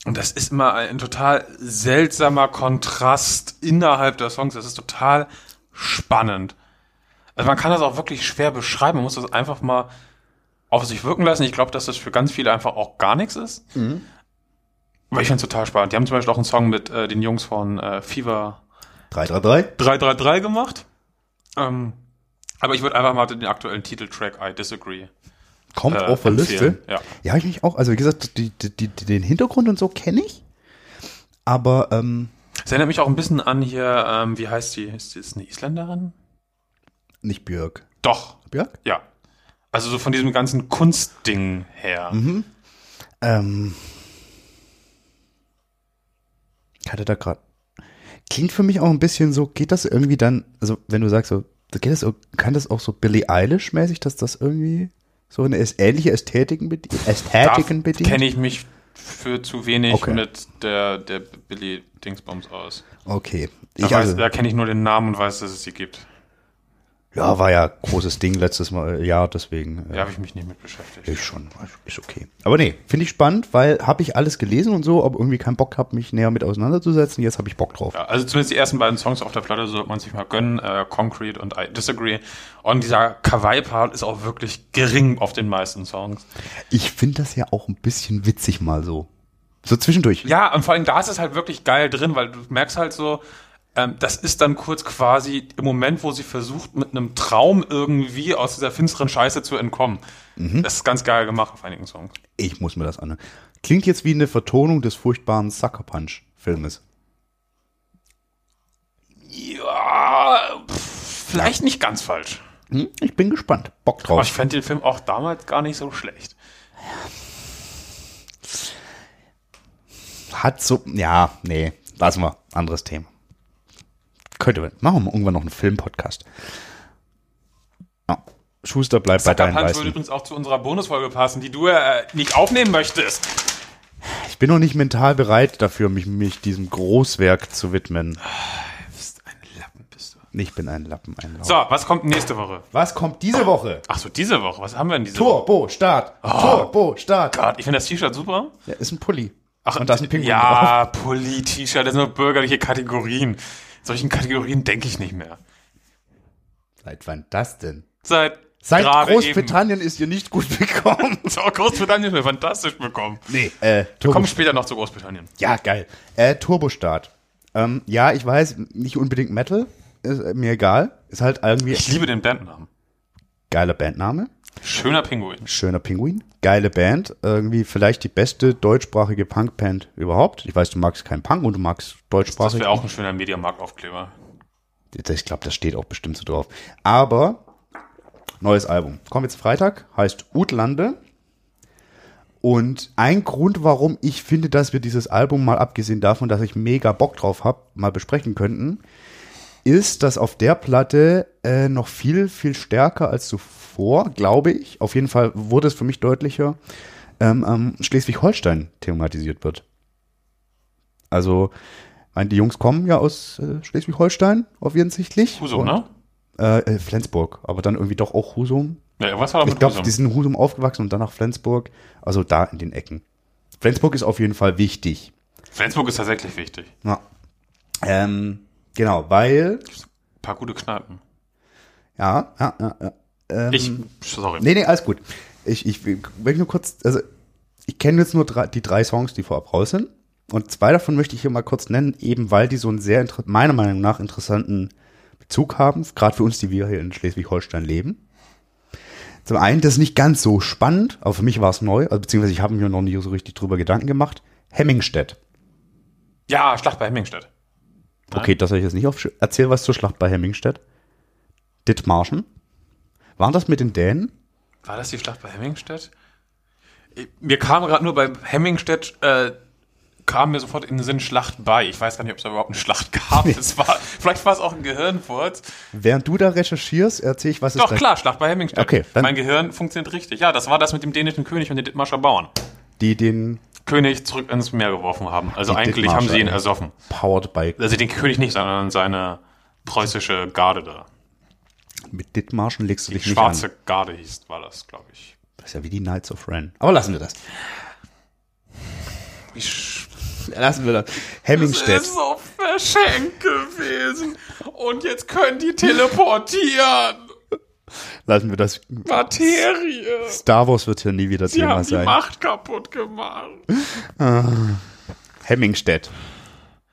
C: Und das ist immer ein total seltsamer Kontrast innerhalb der Songs. Das ist total spannend. Also man kann das auch wirklich schwer beschreiben. Man muss das einfach mal auf sich wirken lassen. Ich glaube, dass das für ganz viele einfach auch gar nichts ist. Aber ich find's total spannend. Die haben zum Beispiel auch einen Song mit äh, den Jungs von äh, Fever
B: 333?
C: 333 gemacht. Ähm, aber ich würde einfach mal den aktuellen Titeltrack I Disagree.
B: Kommt
C: äh,
B: auf der Liste.
C: empfehlen. Ja.
B: Ja, ich mich auch. Also wie gesagt, die, die, die, den Hintergrund und so kenne ich. Aber ähm,
C: Das erinnert mich auch ein bisschen an hier, ähm, wie heißt die? Ist das eine Isländerin?
B: nicht Björk.
C: Doch,
B: Björk?
C: ja. Also so von diesem ganzen Kunstding her.
B: Mhm. Ähm, ich hatte da gerade. Klingt für mich auch ein bisschen so, geht das irgendwie dann, also wenn du sagst, so, geht das, kann das auch so Billie Eilish-mäßig, dass das irgendwie so eine äs- ähnliche Ästhetiken bedient?
C: Da
B: Ästhetiken bedient?
C: kenne ich mich für zu wenig
B: Okay.
C: mit der, der Billy Dingsbums aus.
B: Okay.
C: Da,
B: Ich
C: weiß-
B: also,
C: da kenne ich nur den Namen und weiß, dass es sie gibt.
B: ja, war ja großes Ding letztes Mal, äh, Jahr, deswegen. äh,
C: Da habe ich mich nicht mit beschäftigt.
B: Ich schon, ist okay. Aber nee, finde ich spannend, weil habe ich alles gelesen und so, aber irgendwie keinen Bock habe, mich näher mit auseinanderzusetzen. Jetzt habe ich Bock drauf.
C: Ja, also zumindest die ersten beiden Songs auf der Platte sollte man sich mal gönnen, äh, Concrete und I Disagree. Und dieser Kawaii-Part ist auch wirklich gering auf den meisten Songs.
B: Ich finde das ja auch ein bisschen witzig mal so. So zwischendurch.
C: Ja, und vor allem da ist es halt wirklich geil drin, weil du merkst halt so, ähm, das ist dann kurz quasi im Moment, wo sie versucht, mit einem Traum irgendwie aus dieser finsteren Scheiße zu entkommen. Das ist ganz geil gemacht auf einigen Songs.
B: Ich muss mir das anhören. Klingt jetzt wie eine Vertonung des furchtbaren Sucker Punch Filmes.
C: Ja, Ah, pff, vielleicht nicht ganz falsch.
B: Hm? Ich bin gespannt. Bock
C: Aber ich
B: drauf.
C: fand den Film auch damals gar nicht so schlecht.
B: Hat so, ja, nee, lassen wir. Anderes Thema. Könnte, man- machen wir mal irgendwann noch einen Filmpodcast. Ja. Schuster bleibt bei
C: Sucker
B: deinen
C: Punch würde
B: Leisten.
C: übrigens auch zu unserer Bonusfolge passen, die du äh, nicht aufnehmen möchtest.
B: Ich bin noch nicht mental bereit dafür, mich, mich diesem Großwerk zu widmen.
C: bist ein Lappen, bist du.
B: Ich bin ein Lappen, ein Lappen.
C: So, was kommt nächste Woche?
B: Was kommt diese Woche?
C: Ach so, diese Woche. Was haben wir denn diese Woche?
B: Turbo, Start. Turbo, Start.
C: Gott, ich finde das T-Shirt super.
B: Ah. Ja, ist ein Pulli. Ach, und da ist ein Pinguin drauf.
C: Ja, Pulli-T-Shirt, das sind nur bürgerliche Kategorien. Solchen Kategorien denke ich nicht mehr.
B: Seit wann das denn?
C: Seit
B: Seit
C: Gerade
B: Großbritannien ist hier nicht gut bekommen.
C: So, Großbritannien ist mir fantastisch bekommen.
B: nee, äh,
C: Wir kommen später noch zu Großbritannien.
B: Ja, geil. Äh, Turbostart. Ähm, ja, ich weiß, nicht unbedingt Metal. Ist äh, mir egal. Ist halt irgendwie
C: Ich liebe den Bandnamen.
B: geiler Bandname.
C: Schöner Pinguin.
B: Schöner Pinguin. Geile Band. Irgendwie vielleicht die beste deutschsprachige Punk-Band überhaupt. Ich weiß, du magst keinen Punk und du magst
C: Das
B: deutschsprachig.
C: wäre auch ein schöner Mediamarkt-Aufkleber.
B: Das- Ich glaube, das steht auch bestimmt so drauf. Aber neues Album. Kommt jetzt Freitag, heißt Utlande. Und ein Grund, warum ich finde, dass wir dieses Album mal abgesehen davon, dass ich mega Bock drauf habe, mal besprechen könnten, ist, dass auf der Platte äh, noch viel, viel stärker als zuvor, glaube ich, auf jeden Fall wurde es für mich deutlicher, ähm, ähm, Schleswig-Holstein thematisiert wird. Also, ich meine, die Jungs kommen ja aus äh, Schleswig-Holstein, offensichtlich.
C: Husum,
B: Und-
C: ne?
B: Äh, äh, Flensburg, aber dann irgendwie doch auch Husum.
C: Ja, was war da
B: Ich
C: mit
B: glaube,
C: Husum?
B: die sind in Husum aufgewachsen und dann nach Flensburg. Also da in den Ecken. Flensburg ist auf jeden Fall wichtig.
C: Flensburg ist tatsächlich wichtig.
B: Ja. Ähm, genau, weil.
C: Ein paar gute Kneipen.
B: Ja, ja, ja, ja.
C: Ich, sorry.
B: Ähm, Nee, nee, alles gut. Ich, ich will nur kurz, also ich kenne jetzt nur drei, die drei Songs, die vorab raus sind. Und zwei davon möchte ich hier mal kurz nennen, eben weil die so einen sehr, inter- meiner Meinung nach, interessanten Bezug haben, gerade für uns, die wir hier in Schleswig-Holstein leben. Zum einen, das ist nicht ganz so spannend, aber für mich war es neu, also, beziehungsweise ich habe mir noch nie so richtig drüber Gedanken gemacht. Hemmingstedt.
C: Ja, Schlacht bei Hemmingstedt.
B: Okay, das habe ich jetzt nicht auf. Erzähl was zur Schlacht bei Hemmingstedt. Dithmarschen. Waren das mit den Dänen?
C: War das die Schlacht bei Hemmingstedt? Ich- Mir kam gerade nur bei Hemmingstedt, äh, kam mir sofort in den Sinn Schlacht bei. Ich weiß gar nicht, ob es da überhaupt eine Schlacht gab. Es war, vielleicht war es auch ein Gehirnfurz.
B: Während du da recherchierst, erzähl ich, was es
C: Doch,
B: da
C: klar, Schlacht bei Hemmingstedt.
B: Okay, dann-
C: mein Gehirn funktioniert richtig. Ja, das war das mit dem dänischen König und den Dithmarscher Bauern.
B: die den
C: König zurück ins Meer geworfen haben. Also
B: Die
C: eigentlich haben sie
B: Dithmarscher,
C: ihn
B: ja.
C: ersoffen.
B: Powered by
C: Also den König nicht, sondern seine preußische Garde da.
B: mit Dithmarschen legst du dich nicht
C: Schwarze
B: an.
C: Garde hieß, war das, glaube ich.
B: Das ist ja wie die Knights of Ren. Aber lassen wir das.
C: Ich
B: Lassen wir das.
C: Das
B: Hemmingstedt.
C: ist so verschenkt gewesen. Und jetzt können die teleportieren.
B: Lassen wir das.
C: Materie.
B: Star Wars wird hier nie wieder
C: Die
B: Thema
C: haben die
B: sein.
C: Macht kaputt gemacht.
B: Hemmingstedt.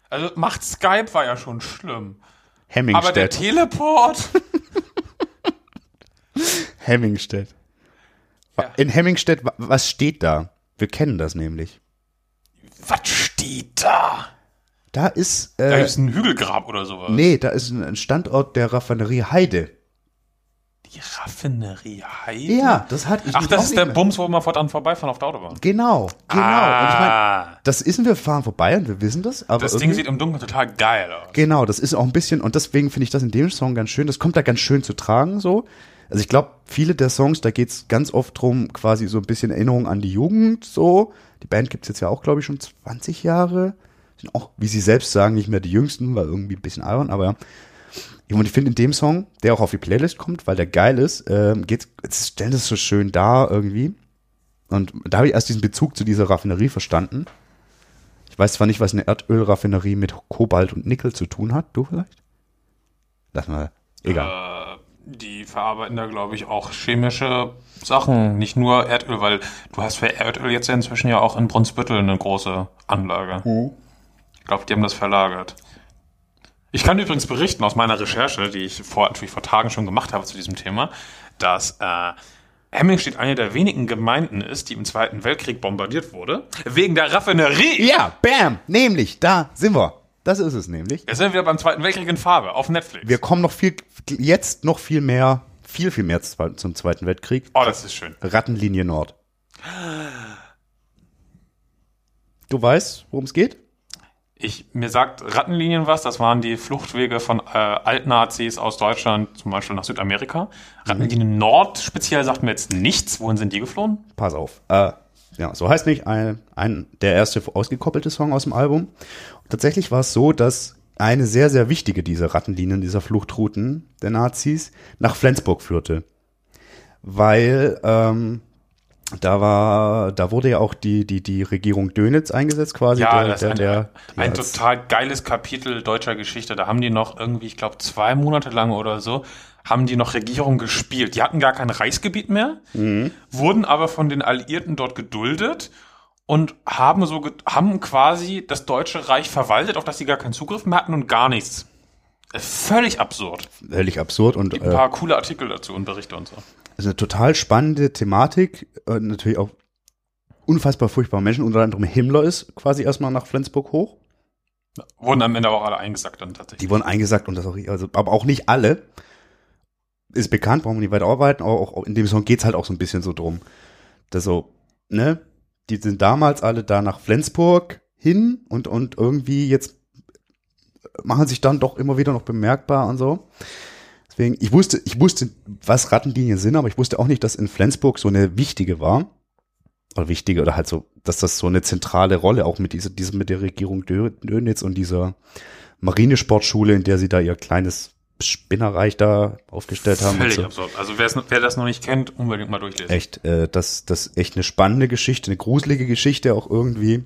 C: Also Macht Skype war ja schon schlimm. Aber der
B: Hemmingstedt.
C: Teleport.
B: Hemmingstedt.
C: Ja.
B: In Hemmingstedt, wa- was steht da? Wir kennen das nämlich.
C: Was steht da?
B: Da ist.
C: Da
B: Äh,
C: ist ein Hügelgrab oder sowas.
B: nee, da ist ein ein Standort der Raffinerie Heide.
C: Die Raffinerie Heide.
B: Ja, das hat ich
C: Ach,
B: mich auch
C: das ist
B: nicht
C: der
B: mehr-
C: Bums, wo wir fortan vorbeifahren auf der Autobahn.
B: Genau, genau. Und ich Äh, mhm. meine,
C: Ah,
B: das ist wir fahren vorbei und wir wissen das, aber
C: das Ding
B: irgendwie-
C: sieht im Dunkeln total geil aus.
B: Genau, das ist auch ein bisschen, und deswegen finde ich das in dem Song ganz schön. Das kommt da ganz schön zu tragen, so. Also ich glaube, viele der Songs, da geht's ganz oft drum, quasi so ein bisschen Erinnerung an die Jugend, so. Die Band gibt's jetzt ja auch, glaube ich, schon 20 Jahre. Sind auch, wie sie selbst sagen, nicht mehr die Jüngsten, weil irgendwie ein bisschen albern, aber ja. Ja, Und ich finde in dem Song, der auch auf die Playlist kommt, weil der geil ist, ähm, geht's, es stellen das so schön dar irgendwie. Und da habe ich erst diesen Bezug zu dieser Raffinerie verstanden. Ich weiß zwar nicht, was eine Erdölraffinerie mit Kobalt und Nickel zu tun hat. Du vielleicht? Lass mal. Egal.
C: Äh, die verarbeiten da, glaube ich, auch chemische
B: Hm.
C: Sachen, nicht nur Erdöl, weil du hast für Erdöl jetzt ja inzwischen ja auch in Brunsbüttel eine große Anlage.
B: Hm.
C: Ich glaube, die haben das verlagert. Ich kann übrigens berichten aus meiner Recherche, die ich vor, natürlich vor Tagen schon gemacht habe zu diesem Thema, dass äh, Hemmingstedt eine der wenigen Gemeinden ist, die im Zweiten Weltkrieg bombardiert wurde, wegen der Raffinerie.
B: Ja, bam! Nämlich, da sind wir. Das ist es nämlich.
C: Jetzt sind wir beim Zweiten Weltkrieg in Farbe auf Netflix.
B: Wir kommen noch viel, jetzt noch viel mehr, viel, viel mehr zwe- zum Zweiten Weltkrieg.
C: oh, das ist schön.
B: Rattenlinie Nord. Du weißt, worum es geht?
C: Ich, mir sagt Rattenlinien was, das waren die Fluchtwege von äh, Altnazis aus Deutschland, zum Beispiel nach Südamerika. Rattenlinien Nord speziell sagt mir jetzt nichts. Wohin sind die geflohen?
B: pass auf. Äh, ja, so heißt nicht ein, ein, der erste ausgekoppelte Song aus dem Album. Und tatsächlich war es so, dass eine sehr, sehr wichtige dieser Rattenlinien, dieser Fluchtrouten der Nazis nach Flensburg führte. Weil ähm, da war, da wurde ja auch die, die, die Regierung Dönitz eingesetzt, quasi.
C: Ja,
B: der,
C: das
B: der,
C: ist ein,
B: der,
C: ein
B: ja, das-
C: total geiles Kapitel deutscher Geschichte. Da haben die noch irgendwie, ich glaube, zwei Monate lang oder so haben die noch Regierung gespielt. Die hatten gar kein Reichsgebiet mehr,
B: Mhm.
C: wurden aber von den Alliierten dort geduldet und haben so get- haben quasi das deutsche Reich verwaltet, auf das sie gar keinen Zugriff mehr hatten und gar nichts. Äh, Völlig absurd.
B: Völlig absurd und
C: Gibt
B: äh,
C: ein paar coole Artikel dazu und Berichte und so.
B: ist eine total spannende Thematik. Äh, natürlich auch unfassbar furchtbare Menschen. Unter anderem Himmler ist quasi erstmal nach Flensburg hoch.
C: Wurden am Ende aber auch alle eingesackt dann tatsächlich.
B: Die wurden eingesackt und das auch, also, aber auch nicht alle. Ist bekannt, brauchen wir nicht weiter arbeiten, aber auch, auch in dem Song geht's halt auch so ein bisschen so drum. Dass so, ne, die sind damals alle da nach Flensburg hin und, und irgendwie jetzt machen sich dann doch immer wieder noch bemerkbar und so. Deswegen, ich wusste, ich wusste, was Rattenlinien sind, aber ich wusste auch nicht, dass in Flensburg so eine wichtige war. Oder wichtige, oder halt so, dass das so eine zentrale Rolle auch mit dieser, diesem, mit der Regierung Dö- Dönitz und dieser Marinesportschule, in der sie da ihr kleines Spinnerreich da aufgestellt haben. und
C: Völlig
B: so.
C: absurd. Also wer's- wer das noch nicht kennt, unbedingt mal durchlesen.
B: Echt, äh, das, das ist echt eine spannende Geschichte, eine gruselige Geschichte auch irgendwie.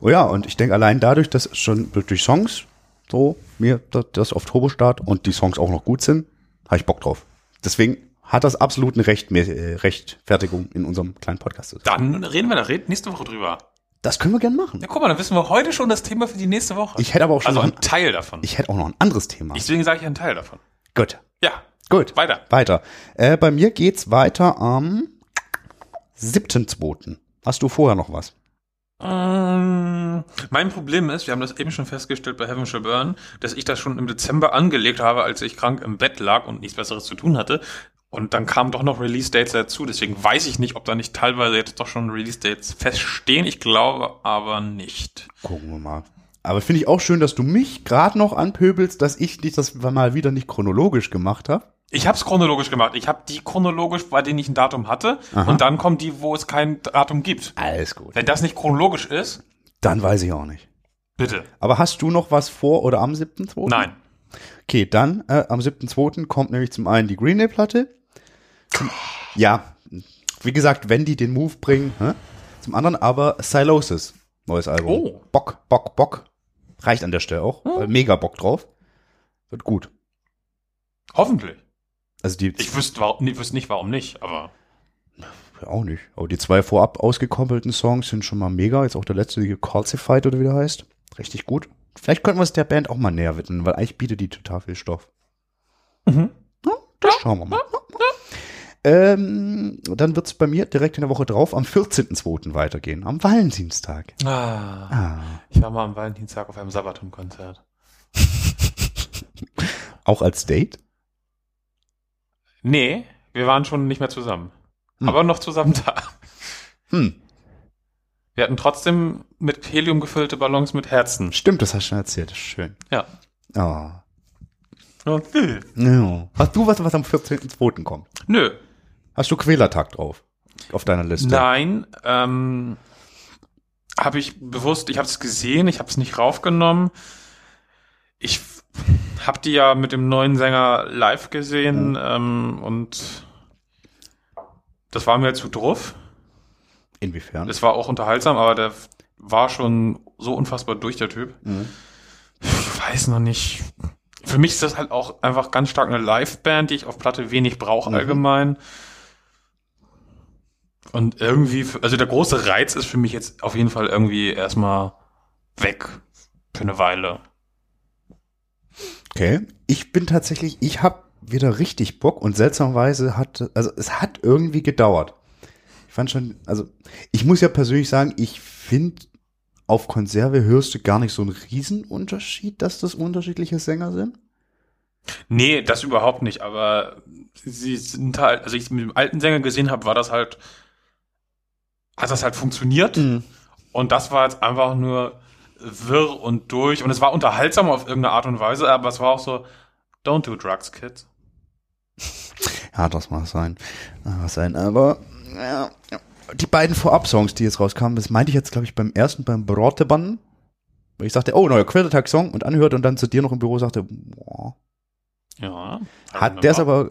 B: Oh ja, und ich denke allein dadurch, dass schon durch Songs so mir das, das auf Turbo Start und die Songs auch noch gut sind, habe ich Bock drauf. Deswegen hat das absolut eine Recht, äh, Rechtfertigung in unserem kleinen Podcast.
C: Dann reden wir da red- nächste Woche drüber.
B: Das können wir gern machen.
C: Ja, guck mal, dann wissen wir heute schon das Thema für die nächste Woche.
B: Ich hätte aber auch schon
C: also
B: noch
C: ein
B: ein,
C: Teil davon.
B: ich hätte auch noch ein anderes Thema.
C: Deswegen sage ich einen Teil davon.
B: gut,
C: Ja,
B: gut.
C: weiter.
B: Weiter. Äh, bei mir geht's weiter am 7.2. Hast du vorher noch was?
C: Ähm, mein Problem ist, wir haben das eben schon festgestellt bei Heaven Shall Burn, dass ich das schon im Dezember angelegt habe, als ich krank im Bett lag und nichts Besseres zu tun hatte. Und dann kamen doch noch Release-Dates dazu. Deswegen weiß ich nicht, ob da nicht teilweise jetzt doch schon Release-Dates feststehen. Ich glaube aber nicht.
B: Gucken wir mal. Aber finde ich auch schön, dass du mich gerade noch anpöbelst, dass ich nicht das mal wieder nicht chronologisch gemacht habe.
C: Ich habe es chronologisch gemacht. Ich habe die chronologisch, bei denen ich ein Datum hatte. Und dann kommen die, wo es kein Datum gibt.
B: Alles gut.
C: Wenn das nicht chronologisch ist,
B: Dann weiß ich auch nicht.
C: bitte.
B: Aber hast du noch was vor oder am 7.2.?
C: Nein.
B: Okay, dann äh, am 7.2. kommt nämlich zum einen die Green Day-Platte. Zum- Ja, wie gesagt, wenn die den Move bringen. Hä? Zum anderen aber Silosis, neues Album.
C: Oh. Hm.
B: Bock, Bock, Bock. Reicht an der Stelle auch. Äh, Mega Bock drauf. Wird gut.
C: Hoffentlich.
B: Also die
C: Ich wüsste, warum, nee, wüsste nicht, warum nicht, aber
B: Ja, auch nicht. Aber die zwei vorab ausgekoppelten Songs sind schon mal mega. Jetzt auch der letzte, die Calcified oder wie der heißt. Richtig gut. Vielleicht könnten wir es der Band auch mal näher widmen, weil eigentlich bietet die total viel Stoff. Mhm. das schauen wir mal. Ähm, dann wird es bei mir direkt in der Woche drauf am 14.02. weitergehen. Am Valentinstag.
C: Ah, ich war mal am Valentinstag auf einem Sabaton-Konzert.
B: Auch als Date?
C: Nee, wir waren schon nicht mehr zusammen.
B: Hm.
C: Aber noch zusammen da.
B: Hm,
C: Wir hatten trotzdem mit Helium gefüllte Ballons mit Herzen.
B: stimmt, das hast du schon erzählt. Das ist schön.
C: Ja.
B: Oh.
C: Nö.
B: Ja. Hast du was, was am 14.02. kommt?
C: Nö.
B: Hast du Quälertag drauf? Auf deiner Liste?
C: Nein, ähm, habe ich bewusst, ich habe es gesehen, ich habe es nicht raufgenommen. Ich habe die ja mit dem neuen Sänger live gesehen ähm, und das war mir zu druff.
B: Inwiefern?
C: Das war auch unterhaltsam, aber der f- war schon so unfassbar durch, der Typ.
B: Mhm.
C: Ich weiß noch nicht. Für mich ist das halt auch einfach ganz stark eine Live-Band, die ich auf Platte wenig brauche allgemein. Und irgendwie, f- also der große Reiz ist für mich jetzt auf jeden Fall irgendwie erstmal weg für eine Weile.
B: Okay. Ich bin tatsächlich, ich habe wieder richtig Bock und seltsamerweise hat, also es hat irgendwie gedauert. Ich fand schon, also ich muss ja persönlich sagen, ich finde, auf Konserve hörst du gar nicht so einen Riesenunterschied, dass das unterschiedliche Sänger sind.
C: Nee, das überhaupt nicht, aber sie sind halt, also ich mit dem alten Sänger gesehen habe, war das halt, hat das halt funktioniert. Und das war jetzt einfach nur wirr und durch. Und es war unterhaltsam auf irgendeine Art und Weise, aber es war auch so, don't do drugs, kids.
B: Ja, das mag sein. Das mag sein, aber ja, die beiden Vorab-Songs, die jetzt rauskamen, das meinte ich jetzt, glaube ich, beim ersten, beim Brotebann, weil ich sagte, oh, neuer Quillertag-Song und anhört und dann zu dir noch im Büro sagte, boah.
C: Ja. Also,
B: Hat der ist aber,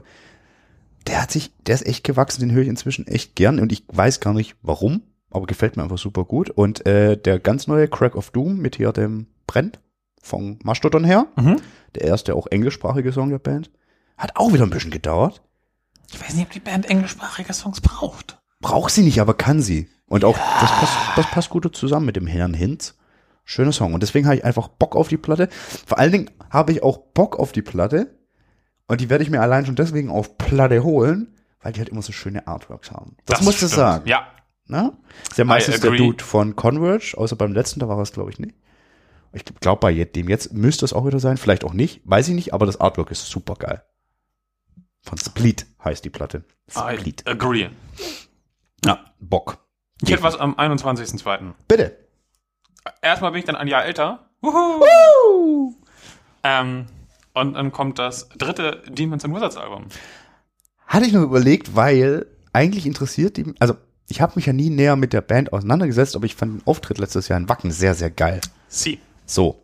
B: der hat sich, der ist echt gewachsen, den höre ich inzwischen echt gern und ich weiß gar nicht warum, aber gefällt mir einfach super gut. Und äh, der ganz neue Crack of Doom mit hier dem Brent von Mastodon her,
C: Mhm.
B: der erste auch englischsprachige Song der Band, Hat auch wieder ein bisschen gedauert.
C: Ich weiß nicht, ob die Band englischsprachige Songs braucht.
B: Braucht sie nicht, aber kann sie. Und auch, das, passt, das passt gut zusammen mit dem Herrn Hinz. Schöner Song. Und deswegen habe ich einfach Bock auf die Platte. Vor allen Dingen habe ich auch Bock auf die Platte. Und die werde ich mir allein schon deswegen auf Platte holen, weil die halt immer so schöne Artworks haben. Das, musst du
C: stimmt.
B: sagen.
C: Ja.
B: Ne? Ist ja meistens der
C: agree.
B: Dude von Converge, außer beim letzten, da war es, glaube ich, nicht. Ich glaube, bei je- dem jetzt müsste es auch wieder sein, vielleicht auch nicht, weiß ich nicht, aber das Artwork ist super geil. Von Split heißt die Platte.
C: I
B: Split.
C: agree.
B: Ja, Bock.
C: Ich hätte was am 21.02.
B: Bitte.
C: Erstmal bin ich dann ein Jahr älter. Wuhu. Ähm, und dann kommt das dritte Demons im Wizards-Album.
B: Hatte ich nur überlegt, weil eigentlich interessiert die, also ich habe mich ja nie näher mit der Band auseinandergesetzt, aber ich fand den Auftritt letztes Jahr in Wacken sehr, sehr geil.
C: Sie.
B: So.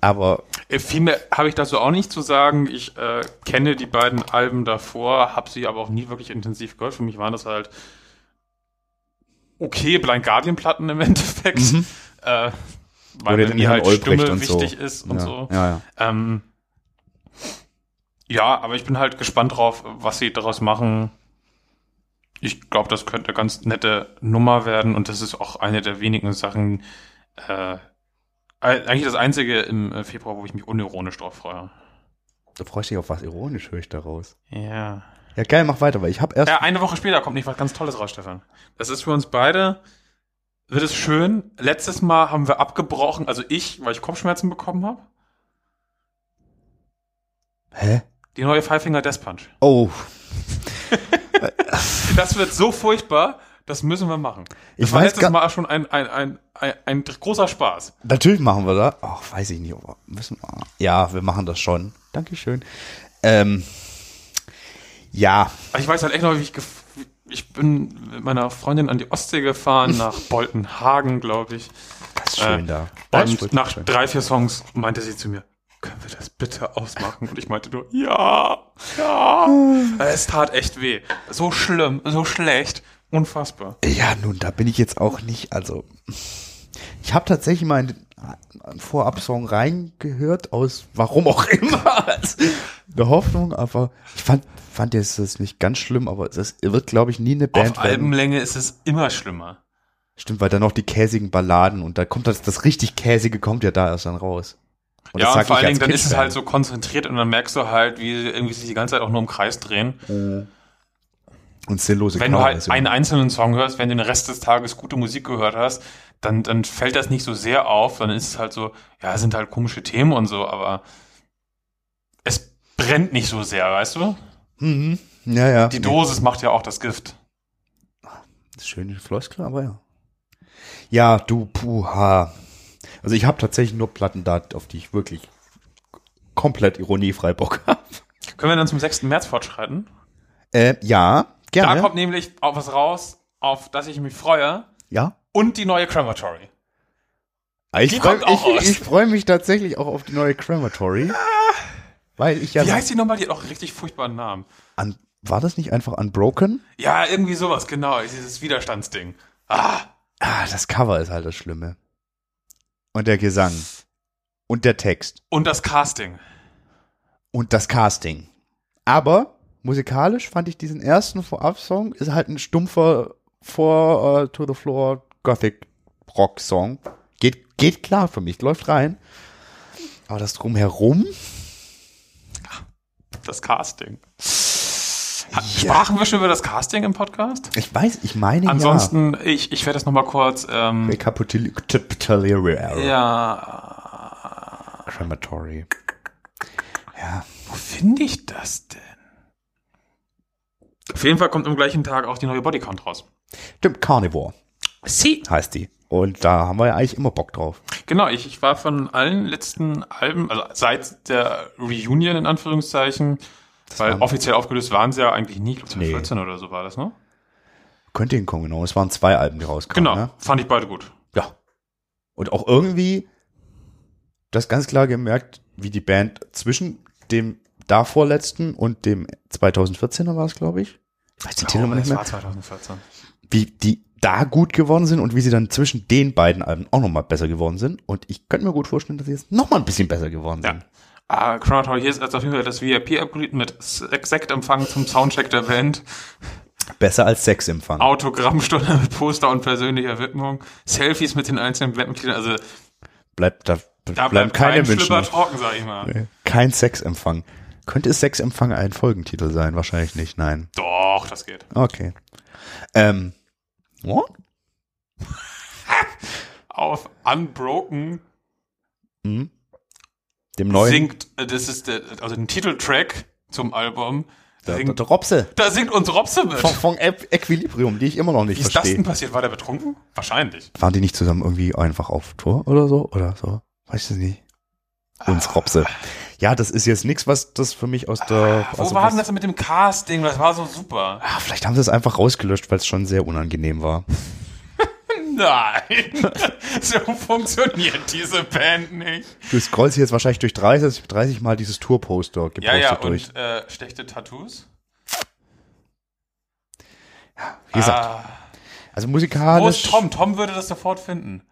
B: Aber
C: Äh, Viel mehr habe ich dazu auch nicht zu sagen. Ich äh, kenne die beiden Alben davor, habe sie aber auch nie wirklich intensiv gehört. Für mich waren das halt okay Blind Guardian-Platten im Endeffekt. Äh, weil
B: wurde
C: mir
B: dann
C: die
B: Mhm. Herrn
C: halt
B: Olbrecht
C: Stimme
B: und so.
C: wichtig ist und
B: ja,
C: so.
B: Ja, ja.
C: Ähm, ja, aber ich bin halt gespannt drauf, was sie daraus machen. Ich glaube, das könnte eine ganz nette Nummer werden und das ist auch eine der wenigen Sachen, äh, eigentlich das einzige im äh, Februar, wo ich mich unironisch drauf freue.
B: Du freust dich auf was ironisch, höre ich daraus.
C: Ja.
B: Ja, geil, mach weiter, weil ich habe erst.
C: Ja, eine Woche später kommt nicht was ganz Tolles raus, Stefan. Das ist für uns beide, wird es schön. Letztes Mal haben wir abgebrochen, also ich, weil ich Kopfschmerzen bekommen habe,
B: Hä?
C: die neue Five Finger Death Punch.
B: Oh,
C: Das wird so furchtbar, das müssen wir machen. Das
B: Ich
C: war
B: weiß
C: letztes
B: gar-
C: Mal schon ein, ein, ein, ein, ein großer Spaß.
B: natürlich machen wir das. Ach, weiß ich nicht. ob wir- Müssen wir. Ja, wir machen das schon. Dankeschön. Ähm, ja,
C: Aber Ich weiß halt echt noch, wie ich gef ich bin mit meiner Freundin an die Ostsee gefahren, nach Boltenhagen, glaube ich.
B: das ist schön
C: Äh,
B: da. Das ist
C: Und
B: wirklich
C: nach
B: schön.
C: drei, vier Songs meinte sie zu mir, können wir das bitte ausmachen? Und ich meinte nur, ja, ja.
B: Hm.
C: es tat echt weh. So schlimm, so schlecht, unfassbar.
B: Ja, nun, da bin ich jetzt auch nicht. Also, ich habe tatsächlich mal in den Vorab-Song reingehört, aus warum auch immer. aus der Hoffnung, aber ich fand, fand jetzt das nicht ganz schlimm, aber das wird, glaube ich, nie eine Band
C: Auf Albenlänge ist es immer schlimmer.
B: Stimmt, weil dann noch die käsigen Balladen und da kommt das, das richtig käsige kommt ja da erst dann raus. Und
C: ja,
B: das
C: und
B: sag
C: vor
B: ich
C: allen
B: als
C: Dingen, dann ist es
B: Kitsch-Fan.
C: halt so konzentriert und dann merkst du halt, wie sie irgendwie sich die ganze Zeit auch nur im Kreis drehen.
B: Und sinnlose
C: Wenn du halt
B: Coverversionen.
C: einen einzelnen Song hörst, wenn du den Rest des Tages gute Musik gehört hast, dann, dann fällt das nicht so sehr auf, dann ist es halt so, ja, es sind halt komische Themen und so, aber es brennt nicht so sehr, weißt du?
B: Mhm. Ja, ja.
C: Die Dosis macht ja auch das Gift.
B: Schöne Floskel, aber ja. Ja, du puha. Also ich habe tatsächlich nur Platten da, auf die ich wirklich komplett ironiefrei Bock habe.
C: Können wir dann zum 6. März fortschreiten?
B: Äh, ja, ne?
C: Da
B: gerne.
C: kommt nämlich auch was raus, auf das ich mich freue,
B: ja.
C: und die neue Crematory.
B: Ich
C: Die
B: freu-
C: kommt auch raus. Ah.
B: ich, ich freue mich tatsächlich auch auf die neue Crematory. weil ich ja.
C: Wie heißt die nochmal? Die hat auch einen richtig furchtbaren Namen.
B: An, war das nicht einfach Unbroken?
C: Ja, irgendwie sowas, genau. Dieses Widerstandsding. Ah,
B: Ah, das Cover ist halt das Schlimme. Und der Gesang. Und der Text.
C: und das Casting.
B: Und das Casting. Aber musikalisch fand ich diesen ersten Vorab-Song ist halt ein stumpfer vor äh, To the Floor Gothic Rock Song. Geht, geht klar für mich, läuft rein. Aber das drumherum.
C: Das Casting. Ha- Sprachen wir schon über das Casting im Podcast?
B: Ich weiß, ich meine
C: Ansonsten, ich, ich werde das nochmal kurz. Ähm,
B: ja. Capitulary
C: ja,
B: Crematory.
C: wo finde ich das denn? Auf jeden Fall kommt am gleichen Tag auch die neue Bodycount raus.
B: Stimmt, Carnivore
C: Sie.
B: heißt die. Und da haben wir ja eigentlich immer Bock drauf.
C: Genau, ich, ich war von allen letzten Alben, also seit der Reunion in Anführungszeichen, weil
B: waren-
C: offiziell aufgelöst waren sie ja eigentlich nie, ich glaube
B: Nee.
C: 2014 oder so war das, ne?
B: Könnte hinkommen, genau. Es waren zwei Alben, die rauskamen.
C: Genau,
B: Ne?
C: fand ich beide gut.
B: Ja. Und auch irgendwie das ganz klar gemerkt, wie die Band zwischen dem davorletzten und dem 2014er war es, glaube ich. Ich weiß die Telefonnummer
C: es
B: nicht
C: war
B: mehr.
C: 2014.
B: Wie die da gut geworden sind und wie sie dann zwischen den beiden Alben auch nochmal besser geworden sind. Und ich könnte mir gut vorstellen, dass sie jetzt nochmal ein bisschen besser geworden
C: Ja.
B: sind.
C: Ah, Crown Hall, hier ist also auf jeden Fall das VIP-Upgrade mit Sek- Sektempfang zum Soundcheck der Band,
B: Besser als Sexempfang.
C: Autogrammstunde mit Poster und persönlicher Widmung, Selfies mit den einzelnen Bandmitgliedern, also
B: Bleibt, da,
C: da
B: bleiben
C: bleibt
B: keine
C: kein Schlipper
B: Wünsche. Äh,
C: trocken, sag ich mal.
B: Kein Sexempfang. Könnte es Sexempfang ein Folgentitel sein? Wahrscheinlich nicht, nein.
C: Doch, das geht.
B: Okay. Ähm, what?
C: Auf Unbroken
B: Hm? Dem neuen.
C: singt, äh, das ist der, also den Titeltrack zum Album, da,
B: der, der,
C: singt,
B: der Robse.
C: da singt uns Robse mit.
B: Von, von Equ- Equilibrium, die ich immer noch
C: Wie
B: nicht
C: ist das
B: verstehe.
C: denn passiert? War der betrunken? Wahrscheinlich.
B: Waren die nicht zusammen irgendwie einfach auf Tour oder so? Oder so? Weiß ich nicht.
C: Ah.
B: Uns Robse. Ja, das ist jetzt nichts, was das für mich aus der.
C: Ah, Wo
B: also
C: war
B: was-
C: denn das mit dem Casting? Das war so super.
B: Ah, vielleicht haben sie es einfach rausgelöscht, weil es schon sehr unangenehm war.
C: Nein, so funktioniert diese Band nicht.
B: Du scrollst jetzt wahrscheinlich durch 30, 30 Mal dieses Tour-Poster gepostet
C: Ja, ja,
B: durch.
C: und äh, schlechte Tattoos.
B: Wie gesagt,
C: Ah,
B: also
C: wo ist
B: musikalisch.
C: Tom? Tom würde das sofort finden.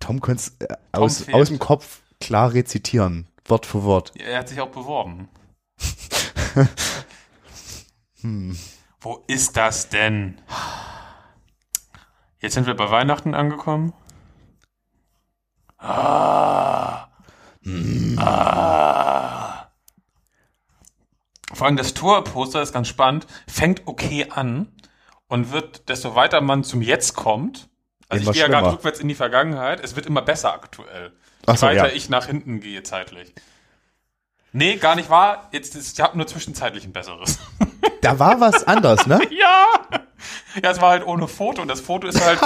B: Tom könnte äh, aus,
C: fehlt.
B: aus dem Kopf klar rezitieren. Wort für Wort.
C: Er hat sich auch beworben.
B: Hm.
C: Wo ist das denn? Jetzt sind wir bei Weihnachten angekommen. Ah. Ah. Vor allem das Tour-Poster ist ganz spannend, fängt okay an und wird, desto weiter man zum Jetzt kommt, also
B: Immer
C: ich gehe ja gerade
B: schlimmer.
C: rückwärts in die Vergangenheit, es wird immer besser aktuell.
B: Ach
C: Je
B: so,
C: weiter
B: ja.
C: ich nach hinten gehe zeitlich. Nee, gar nicht wahr. Jetzt, ist- ich habe nur zwischenzeitlich ein besseres.
B: Da war was anders, ne?
C: Ja! Ja, es war halt ohne Foto und das Foto ist halt,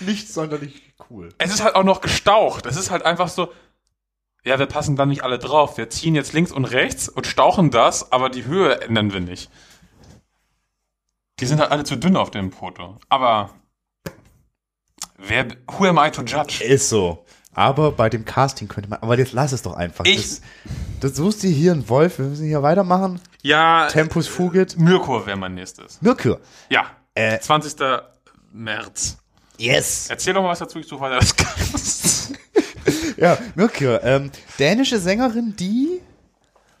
B: Nicht sonderlich cool.
C: es ist halt auch noch gestaucht. Es ist halt einfach so, ja, wir passen da nicht alle drauf. Wir ziehen jetzt links und rechts und stauchen das, aber die Höhe ändern wir nicht. Die sind halt alle zu dünn auf dem Foto. Aber wer, who am I to judge?
B: Ist so. Aber bei dem Casting könnte man. Aber jetzt lass es doch einfach.
C: Ich-
B: Das, das suchst du hier einen Wolf. Wir müssen hier weitermachen.
C: Ja,
B: Tempus Fugit.
C: Mirko wäre mein nächstes.
B: Mirke.
C: Ja,
B: Äh.
C: 20. März.
B: Yes.
C: Erzähl doch mal was dazu, ich suche weiter das kannst.
B: Ja, Mirke. Ähm, dänische Sängerin, die.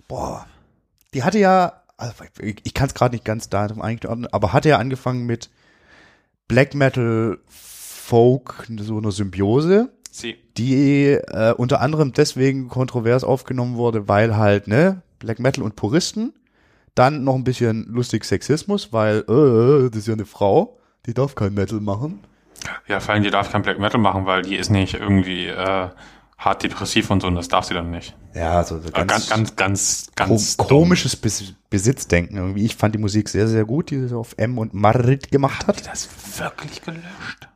B: Boah. Die hatte ja. Also ich ich kann es gerade nicht ganz datum einordnen, aber hatte ja angefangen mit Black Metal, Folk, so eine Symbiose.
C: Sie.
B: die äh, unter anderem deswegen kontrovers aufgenommen wurde, weil halt, ne, Black Metal und Puristen, dann noch ein bisschen lustig Sexismus, weil, äh, das ist ja eine Frau, die darf kein Metal machen.
C: Ja, vor allem, die darf kein Black Metal machen, weil die ist nicht irgendwie äh, hart depressiv und so und das darf sie dann nicht.
B: Ja, also so, so
C: Äh,
B: ganz,
C: Ganz, ganz, ganz,
B: ko
C: ganz.
B: komisches Bes Besitzdenken irgendwie. Ich fand die Musik sehr, sehr gut, die sie auf M und Marit gemacht hat.
C: das wirklich gelöscht?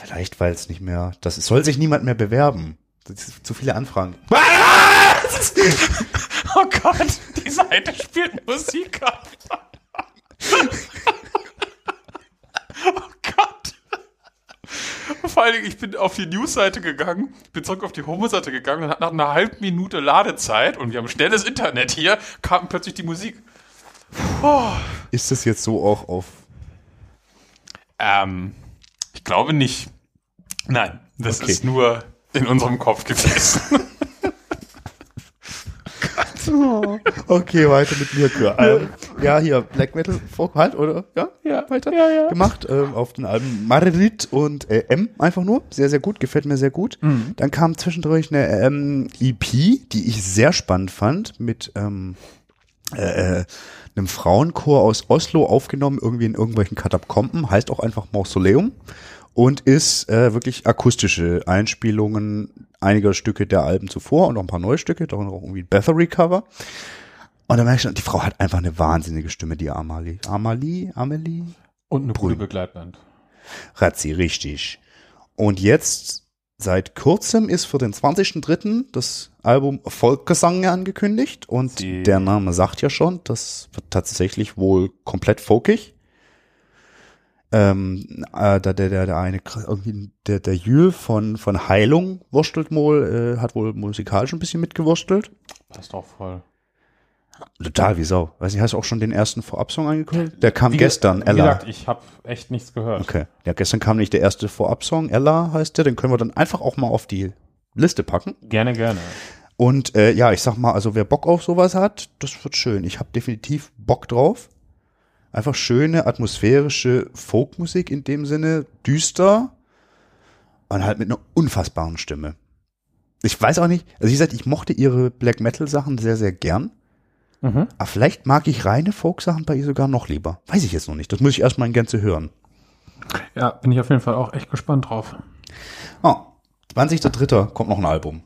B: Vielleicht, weil es nicht mehr, das es soll sich niemand mehr bewerben. Das ist zu viele Anfragen.
C: Oh Gott, die Seite spielt Musik ab. oh Gott. Vor allen Dingen, ich bin auf die News-Seite gegangen, bin zurück auf die Home-Seite gegangen und nach einer halben Minute Ladezeit und wir haben schnelles Internet hier, kam plötzlich die Musik.
B: Ist das jetzt so auch auf
C: Ähm, ich glaube nicht. Nein, das
B: Okay.
C: ist nur in unserem Kopf gewesen.
B: Okay, weiter mit Mirke. Ähm, ja, hier, Black Metal Folk halt, oder? Ja,
C: Ja,
B: weiter.
C: ja, ja.
B: Gemacht ähm, auf den Alben Marit und äh, M einfach nur. Sehr, sehr gut, gefällt mir sehr gut.
C: Mhm.
B: Dann kam zwischendurch eine ähm, EP, die ich sehr spannend fand, mit ähm, äh, äh, einem Frauenchor aus Oslo aufgenommen, irgendwie in irgendwelchen Katakomben, heißt auch einfach Mausoleum und ist äh, wirklich akustische Einspielungen einiger Stücke der Alben zuvor und noch ein paar neue Stücke, darunter auch irgendwie ein Bathory-Cover. Und dann merke ich schon, die Frau hat einfach eine wahnsinnige Stimme, die Amalie. Amalie? Amelie?
C: Und eine gute Begleitband.
B: Hat sie richtig. Und jetzt, seit kurzem ist für den 20.03. das Album Volksgesang angekündigt. Und
C: Sie-
B: der Name sagt ja schon, das wird tatsächlich wohl komplett folkig. Ähm, äh, der, der, der, der eine, Kr- irgendwie, der, der Jül von, von Heilung wurstelt wohl, äh, hat wohl musikalisch ein bisschen mitgewurstelt.
C: Passt auch voll.
B: Total wie Sau. Weiß nicht, hast du auch schon den ersten Vorab-Song angekündigt? Der kam gestern, Ella.
C: ich habe echt nichts gehört.
B: Okay. Ja, gestern kam nicht der erste Vorab-Song, Ella heißt der, den können wir dann einfach auch mal auf die Liste packen.
C: Gerne, gerne.
B: Und äh, ja, ich sag mal, also wer Bock auf sowas hat, das wird schön. Ich habe definitiv Bock drauf. Einfach schöne atmosphärische Folkmusik in dem Sinne, düster und halt mit einer unfassbaren Stimme. Ich weiß auch nicht, also wie gesagt, ich mochte ihre Black Metal Sachen sehr, sehr gern.
D: Mhm.
B: Aber vielleicht mag ich reine Folk-Sachen bei ihr sogar noch lieber. Weiß ich jetzt noch nicht. Das muss ich erstmal in Gänze hören.
D: Ja, bin ich auf jeden Fall auch echt gespannt drauf.
B: Ah, 20.03. kommt noch ein Album.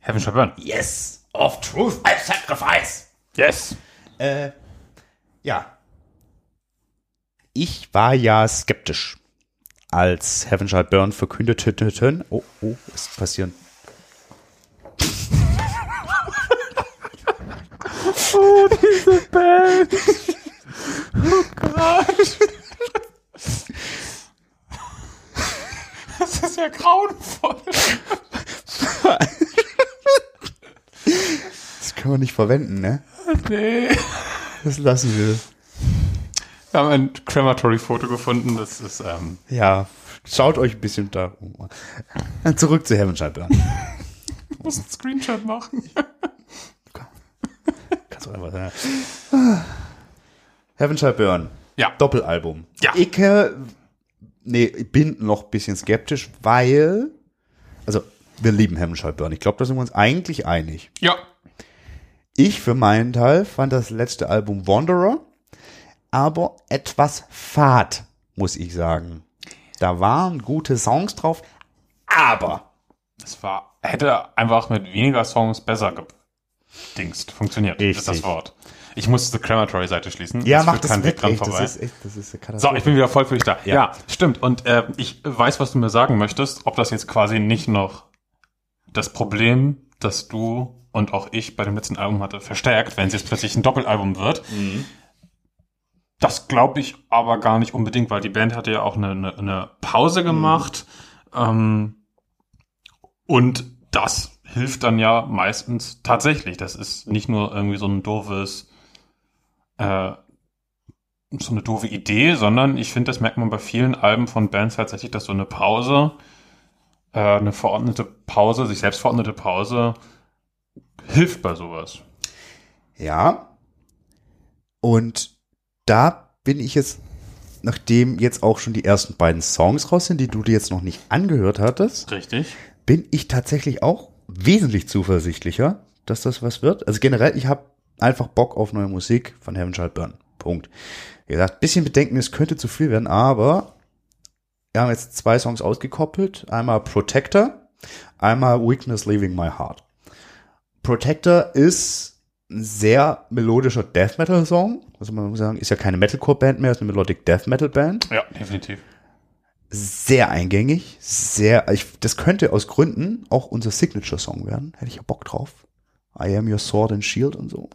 C: Heaven Shall Burn.
B: Yes! Of Truth and Sacrifice!
C: Yes.
B: Äh, ja. Ich war ja skeptisch, als Heaven Shall Burn verkündeten. Oh, oh, ist passieren.
C: Das ist ja grauenvoll.
B: Das können wir nicht verwenden, ne?
C: Nee.
B: Das lassen wir.
C: Wir haben ein Crematory-Foto gefunden. Das ist, ähm,
B: Ja, schaut euch ein bisschen da um. Dann zurück zu Heaven Shall Burn.
C: ich muss einen Screenshot machen.
B: Kannst du einfach sagen. Heaven Shall Burn.
C: Ja.
B: Doppelalbum.
C: Ja.
B: Ich äh, nee, ich bin noch ein bisschen skeptisch, weil. Also, wir lieben Heaven Shall Burn. Ich glaube, da sind wir uns eigentlich einig.
C: Ja.
B: Ich für meinen Teil fand das letzte Album Wanderer, aber etwas fad, muss ich sagen. Da waren gute Songs drauf, aber
C: Es war, hätte einfach mit weniger Songs besser gedingst. Funktioniert. Das ist
B: Richtig.
C: das Wort. Ich muss die Crematory-Seite schließen.
B: ja,
C: Es
B: macht
C: führt
B: das
C: keinen
B: weg.
C: dran
B: Echt, das ist echt, das ist eine
C: So,
B: Katastrophe.
C: ich bin wieder voll für dich da. Ja,
B: Ja.
C: stimmt. Und äh, ich weiß, was du mir sagen möchtest, ob das jetzt quasi nicht noch das Problem, das du und auch ich bei dem letzten Album hatte, verstärkt, wenn es jetzt plötzlich ein Doppelalbum wird. Das glaube ich aber gar nicht unbedingt, weil die Band hatte ja auch eine, eine, eine Pause gemacht. Ähm, und das hilft dann ja meistens tatsächlich. Das ist nicht nur irgendwie so ein doofes, äh, so eine doofe Idee, sondern ich finde, das merkt man bei vielen Alben von Bands tatsächlich, dass so eine Pause, äh, eine verordnete Pause, sich selbst verordnete Pause, hilft bei sowas.
B: Ja. Und da bin ich jetzt, nachdem jetzt auch schon die ersten beiden Songs raus sind, die du dir jetzt noch nicht angehört hattest,
C: Richtig.
B: bin ich tatsächlich auch wesentlich zuversichtlicher, dass das was wird. Also generell, ich habe einfach Bock auf neue Musik von Heaven Shall Burn. Punkt. Wie gesagt, bisschen Bedenken, es könnte zu viel werden, aber wir haben jetzt zwei Songs ausgekoppelt. Einmal Protector, einmal Weakness Leaving My Heart. Protector ist ein sehr melodischer Death Metal Song. Also man muss sagen, ist ja keine Metalcore Band mehr, ist eine Melodic Death Metal Band
C: Ja, definitiv.
B: sehr eingängig, sehr, ich, das könnte aus Gründen auch unser Signature-Song werden. Hätte ich ja Bock drauf. I am your sword and shield und so.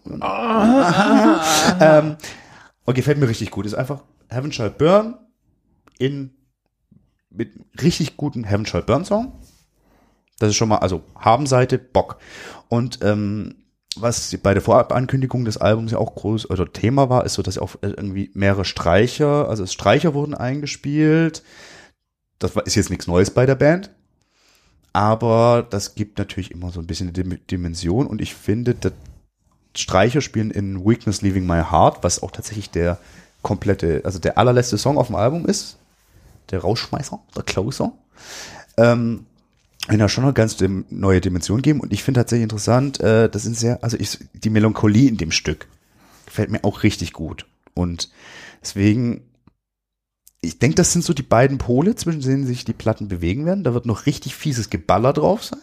B: ähm, und gefällt mir richtig gut. Ist einfach Heaven Shall Burn in, mit richtig guten Heaven Shall Burn Song. Das ist schon mal, also Habenseite, Bock. Und ähm, was bei der Vorabankündigung des Albums ja auch groß oder Thema war, ist so, dass auch äh, irgendwie mehrere Streicher, also Streicher wurden eingespielt. Das war- ist jetzt nichts Neues bei der Band. Aber das gibt natürlich immer so ein bisschen eine Dim- Dimension und ich finde, das Streicher spielen in Weakness Leaving My Heart, was auch tatsächlich der komplette, also der allerletzte Song auf dem Album ist. Der Rausschmeißer, der Closer. Ähm, wenn da schon eine ganz dim- neue Dimension geben und ich finde tatsächlich interessant, äh, das sind sehr, also ich, die Melancholie in dem Stück gefällt mir auch richtig gut. Und deswegen ich denke, das sind so die beiden Pole, zwischen denen sich die Platten bewegen werden. Da wird noch richtig fieses Geballer drauf sein.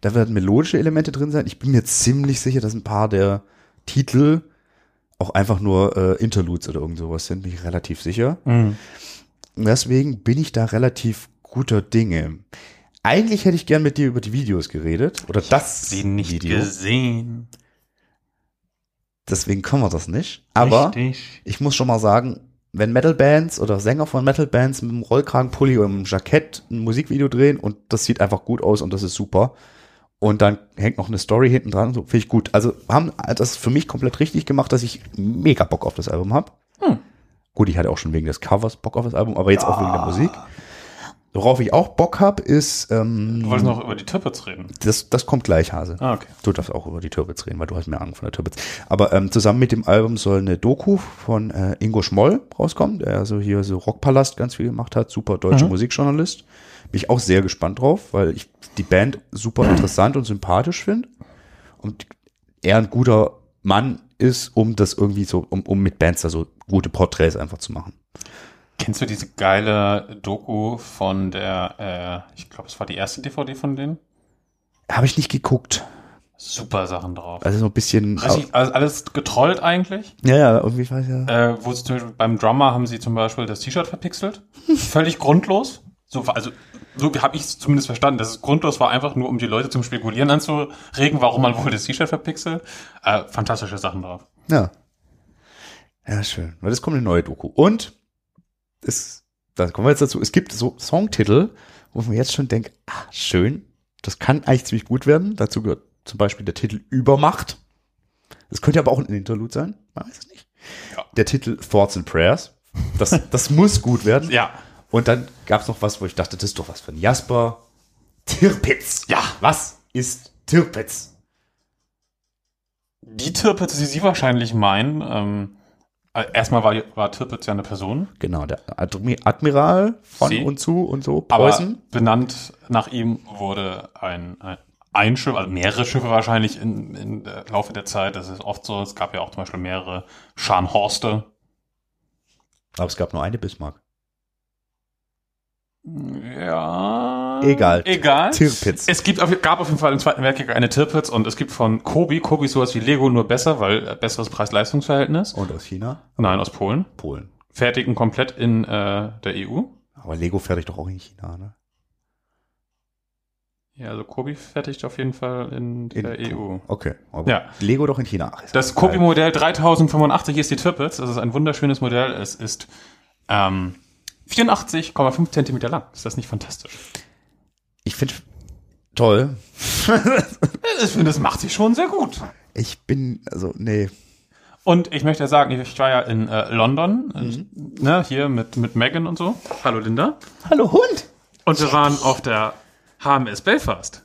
B: Da werden melodische Elemente drin sein. Ich bin mir ziemlich sicher, dass ein paar der Titel auch einfach nur äh, Interludes oder irgend sowas sind. Bin ich relativ sicher. Und deswegen bin ich da relativ guter Dinge. Eigentlich hätte ich gern mit dir über die Videos geredet. Oder das
C: Sie nicht
B: Video.
C: gesehen.
B: Deswegen können wir das nicht. Aber
C: Richtig.
B: ich muss schon mal sagen, wenn Metal-Bands oder Sänger von Metal-Bands mit einem Rollkragenpulli und einem Jackett ein Musikvideo drehen und das sieht einfach gut aus und das ist super. Und dann hängt noch eine Story hinten dran und so, finde ich gut. Also haben das für mich komplett richtig gemacht, dass ich mega Bock auf das
C: Hm. Ah.
B: Album habe. Gut, ich hatte auch schon wegen des Covers Bock auf das Album, aber jetzt auch wegen der Musik. Worauf ich auch Bock habe, ist, ähm,
C: Du wolltest noch über die Tirpitz reden.
B: das, das kommt gleich, Hase.
C: Ah, okay.
B: Du darfst auch über die Türbitz reden, weil du hast mir Ahnung von der Türbitz. Aber ähm, zusammen mit dem Album soll eine Doku von äh, Ingo Schmoll rauskommen, der also hier so Rockpalast ganz viel gemacht hat, super deutscher Musikjournalist. Bin ich auch sehr gespannt drauf, weil ich die Band super interessant und sympathisch finde. Und er ein guter Mann ist, um das irgendwie so, um, um mit Bands da so gute Porträts einfach zu machen.
C: Kennst du diese geile Doku von der, äh, ich glaube, es war die erste DVD von denen?
B: Habe ich nicht geguckt.
C: Super Sachen drauf.
B: Also so ein bisschen.
C: Richtig, also alles getrollt eigentlich.
B: ja, ja, irgendwie weiß ich ja.
C: Äh, wo sie zum Beispiel, beim Drummer haben sie zum Beispiel das T-Shirt verpixelt. Völlig grundlos. So, war- also, so habe ich es zumindest verstanden. Das ist grundlos war einfach nur, um die Leute zum Spekulieren anzuregen, warum man wohl das T-Shirt verpixelt. Äh, fantastische Sachen drauf.
B: Ja. Ja, schön. Weil es kommt eine neue Doku. Und es, da kommen wir jetzt dazu, es gibt so Songtitel, wo man jetzt schon denkt, ah, schön, das kann eigentlich ziemlich gut werden. Dazu gehört zum Beispiel der Titel Übermacht. Das könnte aber auch ein Interlude sein, man weiß es nicht.
C: Ja.
B: Der Titel Thoughts and Prayers. Das, das muss gut werden.
C: Ja.
B: Und dann gab es noch was, wo ich dachte, das ist doch was für ein Jasper. Tirpitz.
C: Ja.
B: Was ist Tirpitz?
C: Die Tirpitz, die sie wahrscheinlich meinen, ähm, äh, erstmal war, war Tirpitz ja eine Person,
B: Genau, der Admi- Admiral von
C: Sie?
B: und zu und so.
C: aber
B: Preußen.
C: benannt nach ihm wurde ein, ein, ein Schiff, also mehrere Schiffe wahrscheinlich im in, der Laufe der Zeit. Das ist oft so. Es gab ja auch zum Beispiel mehrere Scharnhorste.
B: Aber es gab nur eine Bismarck.
C: Ja.
B: Egal.
C: Egal.
B: Tirpitz.
C: Es gibt auf, gab auf jeden Fall im Zweiten Weltkrieg eine Tirpitz und es gibt von Kobi. Kobi ist sowas wie Lego, nur besser, weil äh, besseres Preis-Leistungs-Verhältnis.
B: Und aus China?
C: Nein, aus Polen.
B: Polen.
C: Fertigen komplett in äh, der EU.
B: Aber Lego fertigt doch auch in China, ne?
C: Ja, also Kobi fertigt auf jeden Fall in
B: In
C: der EU.
B: Polen. Okay. Aber
C: Ja.
B: Lego doch in China. Ach, ist
C: Das
B: geil.
C: Kobi-Modell 3085 ist die Tirpitz. Das ist ein wunderschönes Modell. Es ist ähm, 84,5 Zentimeter lang. Ist das nicht fantastisch?
B: Ich finde toll.
C: Ich finde, das macht sich schon sehr gut.
B: Ich bin, also, nee.
C: Und ich möchte ja sagen, ich war ja in äh, London, äh, ne, hier mit, mit Megan und so. Hallo Linda.
B: Hallo Hund!
C: Und wir waren auf der HMS Belfast,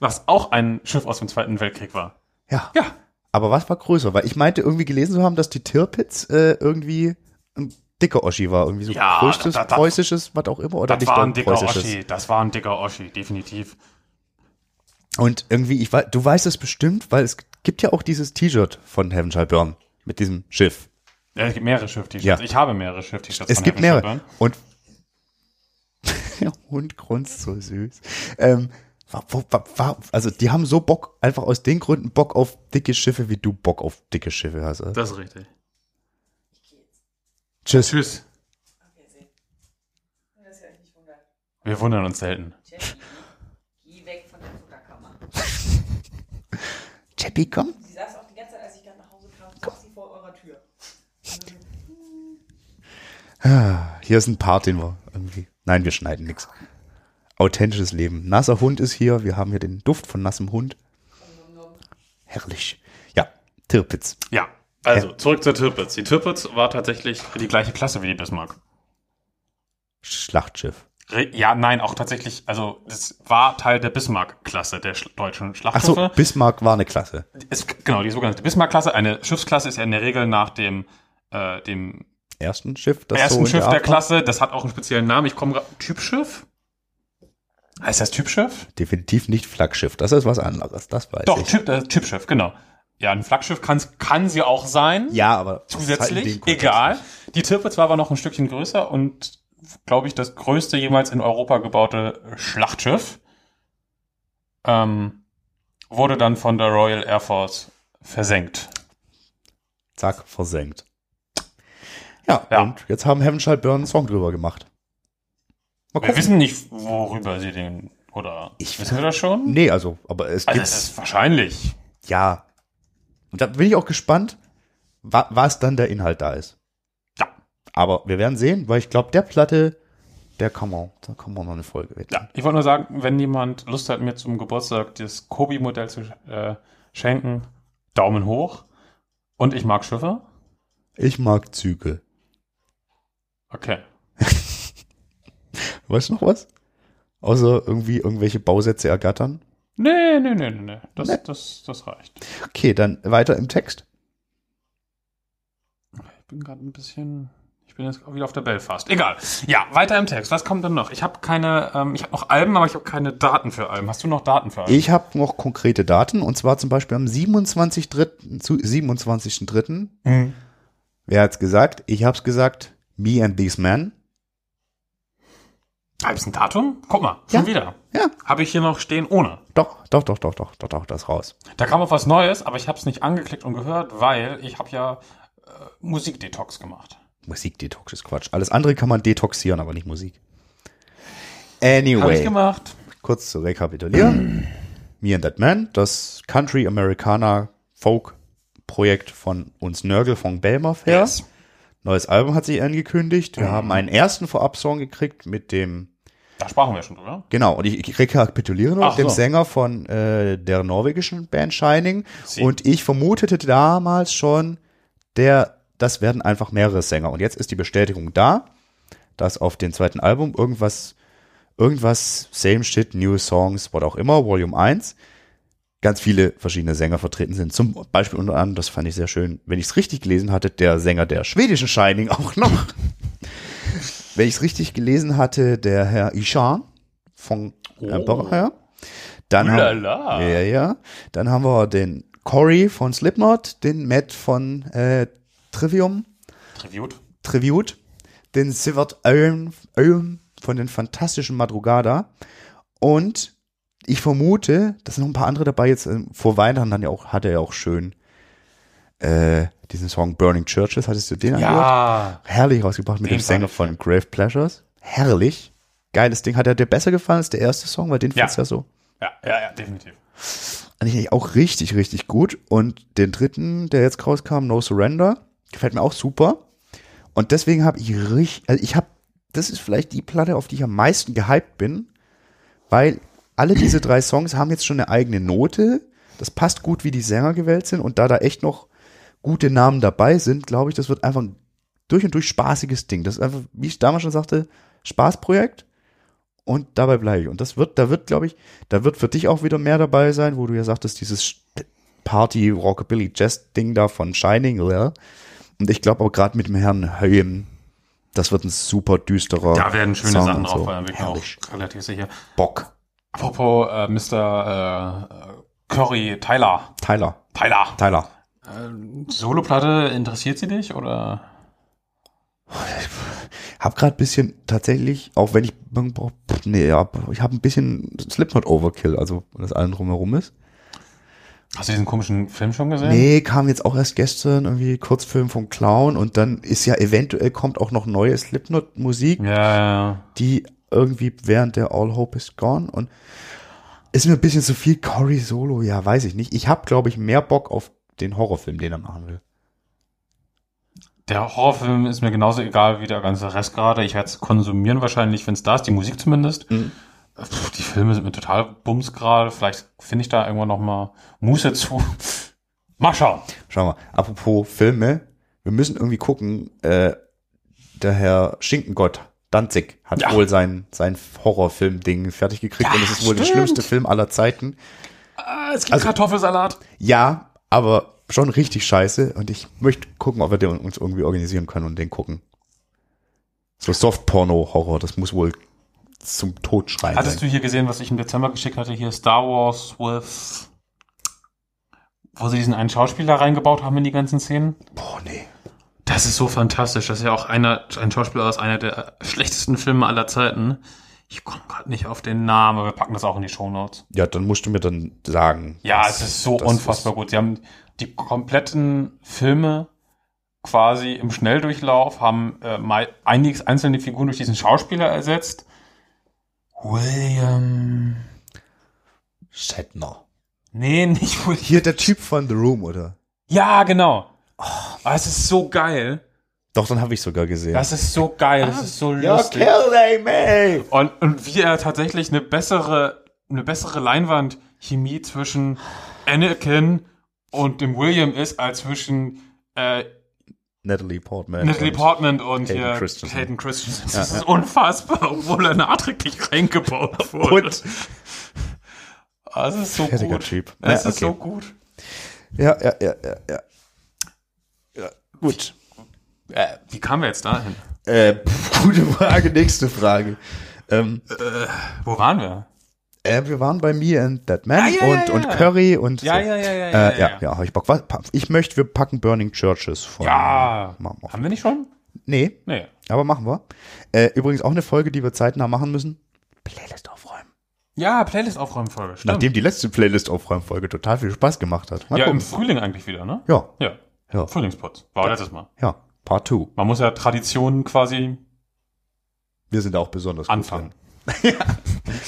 C: was auch ein Schiff aus dem Zweiten Weltkrieg war.
B: Ja.
C: Ja,
B: Aber was war größer? Weil ich meinte irgendwie gelesen zu haben, dass die Tirpitz äh, irgendwie ein dicker Oschi war. Irgendwie so
C: Ja,
B: größtes,
C: da- da-
B: preußisches, was auch immer. Oder
C: das war ein dicker
B: preußisches.
C: Oschi. Das war ein dicker Oschi, definitiv.
B: Und irgendwie, ich weiß, du weißt es bestimmt, weil es gibt ja auch dieses T-Shirt von Heaven Shall Burn mit diesem Schiff.
C: Ja, es gibt mehrere Schiff-T-Shirts.
B: Ja.
C: Ich habe mehrere Schiff-T-Shirts.
B: Es
C: von
B: gibt
C: Heaven Shall
B: mehrere.
C: Burn.
B: Und der Hund grunzt so süß. Ähm, wa- wa- wa- wa- also die haben so Bock, einfach aus den Gründen Bock auf dicke Schiffe, wie du Bock auf dicke Schiffe hast. Also.
C: Das ist richtig.
B: Tschüss.
C: Tschüss. Wir wundern uns selten.
E: Jackie, geh weg von der Zuckerkammer.
B: Chappy, komm.
E: Sie saß auch die ganze Zeit, als ich gerade nach Hause kam, saß sie vor eurer Tür.
B: Hier ist ein Part, den wir irgendwie. Nein, wir schneiden nichts. Authentisches Leben. Nasser Hund ist hier. Wir haben hier den Duft von nassem Hund. Herrlich. Ja, Tirpitz.
C: Ja, also zurück zur Tirpitz. Die Tirpitz war tatsächlich die gleiche Klasse wie die Bismarck.
B: Schlachtschiff.
C: Re- Ja, nein, auch tatsächlich, also das war Teil der Bismarck-Klasse, der sch deutschen
B: Ach so,
C: Schlachtschiffe.
B: Bismarck war eine Klasse.
C: Es, genau, die sogenannte Bismarck-Klasse. Eine Schiffsklasse ist ja in der Regel nach dem, äh, dem
B: Ersten Schiff, das so
C: ersten
B: in
C: Schiff
B: Art
C: der
B: war?
C: Klasse. Das hat auch einen speziellen Namen. Ich komme gerade. Typschiff? Heißt das Typschiff?
B: Definitiv nicht Flaggschiff. Das ist was anderes. Das weiß
C: Doch,
B: ich.
C: typ, das Typschiff, genau. Ja, ein Flaggschiff kann's, kann sie auch sein.
B: Ja, aber das ist halt in
C: zusätzlich.
B: dem Kontext
C: egal.
B: nicht.
C: Die Tirpitz war aber noch ein Stückchen größer und, glaube ich, das größte jemals in Europa gebaute Schlachtschiff. Ähm, wurde dann von der Royal Air Force versenkt.
B: Zack, versenkt. Ja,
C: Ja.
B: und jetzt haben Heavenshall Burn einen Song drüber gemacht. Mal
C: Wir
B: gucken.
C: wissen nicht, worüber sie den, oder?
B: Ich-
C: wissen wir das schon?
B: Nee, also, aber es
C: also,
B: gibt.
C: es ist wahrscheinlich.
B: Ja. Und da bin ich auch gespannt, wa was dann der Inhalt da ist.
C: Ja.
B: Aber wir werden sehen, weil ich glaube, der Platte, der kann man, da kann man noch eine Folge
C: Ja,
B: widmen.
C: ich wollte nur sagen, wenn jemand Lust hat, mir zum Geburtstag das Kobi-Modell zu äh, schenken, Daumen hoch. Und ich mag Schiffe.
B: Ich mag Züge.
C: Okay.
B: Weißt du noch was? Außer irgendwie irgendwelche Bausätze ergattern.
D: Nee, nee, nee, nee, nee. Das,
B: Nee.
D: Das, das reicht.
B: Okay, dann weiter im Text.
D: Ich bin gerade ein bisschen.
C: Ich bin jetzt wieder auf der Belfast. Egal. Ja, weiter im Text. Was kommt denn noch? Ich habe keine, ähm, ich habe noch Alben, aber ich habe keine Daten für Alben. Hast du noch Daten für Alben?
B: Ich habe noch konkrete Daten und zwar zum Beispiel am 27.3. zu 27.3.
C: Hm.
B: Wer hat's gesagt? Ich hab's gesagt. Me and these men.
C: Gibt ein Datum? Guck mal, schon
B: Ja.
C: wieder.
B: Ja.
C: Habe ich hier noch stehen ohne.
B: Doch, doch, doch, doch, doch, doch, doch, das raus.
C: Da kam auch was Neues, aber ich habe es nicht angeklickt und gehört, weil ich habe ja äh, Musikdetox gemacht.
B: Musikdetox ist Quatsch. Alles andere kann man detoxieren, aber nicht Musik.
C: Habe ich
B: Anyway,
C: gemacht.
B: kurz zu rekapitulieren. Me and That Man, das Country Americana Folk Projekt von uns Nörgel von Belmoff her.
C: Yes.
B: Neues Album hat sich angekündigt.
C: Mhm.
B: Wir haben einen ersten Vorab-Song gekriegt mit dem
C: Da sprachen wir schon drüber.
B: Genau, und ich, ich rekapituliere noch,
C: Ach
B: dem
C: so.
B: Sänger von äh, der norwegischen Band Shining.
C: Sie.
B: Und ich vermutete damals schon, der, das werden einfach mehrere Sänger. Und jetzt ist die Bestätigung da, dass auf dem zweiten Album irgendwas, irgendwas, same shit, new songs, what auch immer, Volume 1, ganz viele verschiedene Sänger vertreten sind. Zum Beispiel unter anderem, das fand ich sehr schön, wenn ich es richtig gelesen hatte, der Sänger der schwedischen Shining auch noch. wenn ich es richtig gelesen hatte, der Herr Ishan von äh,
C: Oh.
B: Borough. Dann haben,
C: Ulala.
B: ja, ja. Dann haben wir den Corey von Slipknot, den Matt von äh, Trivium,
C: Tribute.
B: Tribute, den Sivert Owen Owen von den fantastischen Madrugada und ich vermute, dass noch ein paar andere dabei jetzt ähm, vor Weihnachten dann ja auch hatte er ja auch schön äh, diesen Song Burning Churches, hattest du den angehört?
C: Ja.
B: Herrlich rausgebracht mit
C: Den
B: dem Sänger
C: fand
B: von Grave Pleasures. Herrlich. Geiles Ding. Hat er dir besser gefallen als der erste Song? Weil den
C: Ja.
B: fandst du ja so
C: Ja, ja, ja, definitiv.
B: eigentlich auch richtig, richtig gut. Und den dritten, der jetzt rauskam, No Surrender, gefällt mir auch super. Und deswegen habe ich richtig, also ich habe, das ist vielleicht die Platte, auf die ich am meisten gehypt bin, weil alle diese drei Songs haben jetzt schon eine eigene Note. Das passt gut, wie die Sänger gewählt sind. Und da da echt noch gute Namen dabei sind, glaube ich, das wird einfach ein durch und durch spaßiges Ding. Das ist einfach, wie ich damals schon sagte, Spaßprojekt. Und dabei bleibe ich. Und das wird, da wird, glaube ich, da wird für dich auch wieder mehr dabei sein, wo du ja sagtest, dieses Party Rockabilly Jazz Ding da von Shining, ja. Und ich glaube auch gerade mit dem Herrn Höhen, das wird ein super düsterer.
C: Da werden
B: Oh,
C: schöne
B: Song
C: Sachen
B: und so.
C: drauf, weil ich bin
B: Herrlich.
C: auch relativ sicher.
B: Bock.
C: Apropos äh, Mr. Äh, Curry Tyler.
B: Tyler.
C: Tyler.
B: Tyler.
C: Soloplatte, interessiert sie dich oder?
B: Hab gerade ein bisschen tatsächlich, auch wenn ich boah, pff, nee, ja, ich habe ein bisschen Slipknot Overkill, also wenn das allen drumherum ist.
C: Hast du diesen komischen Film schon gesehen?
B: Nee, kam jetzt auch erst gestern irgendwie Kurzfilm vom Clown und dann ist ja eventuell kommt auch noch neue Slipknot Musik.
C: Ja, ja, ja.
B: die irgendwie während der All Hope is Gone und ist mir ein bisschen zu viel Cory Solo, ja, weiß ich nicht. Ich habe, glaube ich, mehr Bock auf den Horrorfilm, den er machen will.
C: Der Horrorfilm ist mir genauso egal wie der ganze Rest gerade. Ich werde es konsumieren wahrscheinlich, wenn es da ist, die Musik zumindest.
B: Mhm.
C: Pff, die Filme sind mir total bums gerade. Vielleicht finde ich da irgendwann noch mal Muße zu. mal schauen.
B: Schau mal, apropos Filme, wir müssen irgendwie gucken, äh, der Herr Schinkengott Danzig hat
C: Ja.
B: wohl sein, sein Horrorfilm-Ding fertig gekriegt und es ist wohl der
C: stimmt.
B: schlimmste Film aller Zeiten.
C: Ah, es gibt
B: Also-
C: Kartoffelsalat.
B: Ja, aber schon richtig scheiße und ich möchte gucken, ob wir den uns irgendwie organisieren können und den gucken. So Soft-Porno-Horror, das muss wohl zum Tod schreien.
C: Hattest
B: sein.
C: du hier gesehen, was ich im Dezember geschickt hatte? Hier Star Wars with... Wo sie diesen einen Schauspieler reingebaut haben in die ganzen Szenen?
B: Boah, nee.
C: Das ist so fantastisch. Das ist ja auch einer, ein Schauspieler aus einer der schlechtesten Filme aller Zeiten. Ich komme gerade nicht auf den Namen, aber wir packen das auch in die Shownotes.
B: Ja, dann musst du mir dann sagen.
C: Ja,
B: was
C: es ist so
B: das
C: unfassbar gut. Sie haben die kompletten Filme quasi im Schnelldurchlauf, haben äh, mal einiges einzelne Figuren durch diesen Schauspieler ersetzt. William.
B: ist. Shatner.
C: Nee, nicht William.
B: Hier der Typ von The Room, oder?
C: Ja, genau.
B: Ah.
C: Oh, es ist so geil.
B: Doch, dann habe ich sogar gesehen.
C: Das ist so geil.
B: Ah.
C: Das ist so
B: You're
C: lustig.
B: killing me!
C: Und, und wie er tatsächlich eine bessere, eine bessere Leinwandchemie zwischen Anakin und dem William ist, als zwischen äh,
B: Natalie Portman.
C: Natalie
B: und-
C: Portman und
B: Hayden
C: hier
B: Christensen.
C: Hayden Christensen. Das ist unfassbar, obwohl er nachträglich reingebaut wurde.
B: Und
C: Ah, es ist so
B: Fertiger
C: gut.
B: Typ.
C: Es
B: Ja,
C: ist so
B: okay.
C: gut.
B: ja, ja, ja, ja, ja. ja. Gut.
C: Äh, wie kamen wir jetzt dahin?
B: Äh, pf, gute Frage, nächste Frage. Ähm,
C: Wo waren wir?
B: äh, wir waren bei Me and That Man
C: Ah, ja, ja,
B: und,
C: ja.
B: und Curry und
C: Ja,
B: so.
C: ja, ja, ja, ja,
B: Äh, ja,
C: ja.
B: ja, hab ich Bock. Was, pa- ich möchte, wir packen Burning Churches von.
C: Ja.
B: Machen wir.
C: Haben wir nicht schon?
B: Nee,
C: Nee.
B: aber machen wir. Äh, übrigens auch eine Folge, die wir zeitnah machen müssen. Playlist aufräumen.
C: Ja, Playlist-Aufräumfolge. Stimmt.
B: Nachdem die letzte Playlist aufräumen-Folge total viel Spaß gemacht hat. Mal
C: ja, im
B: gucken.
C: Frühling eigentlich wieder, ne?
B: ja,
C: Ja.
B: Ja.
C: Frühlingsputz. War letztes Mal.
B: ja. Part 2.
C: Man muss ja Traditionen quasi
B: Wir sind da auch besonders
C: anfangen.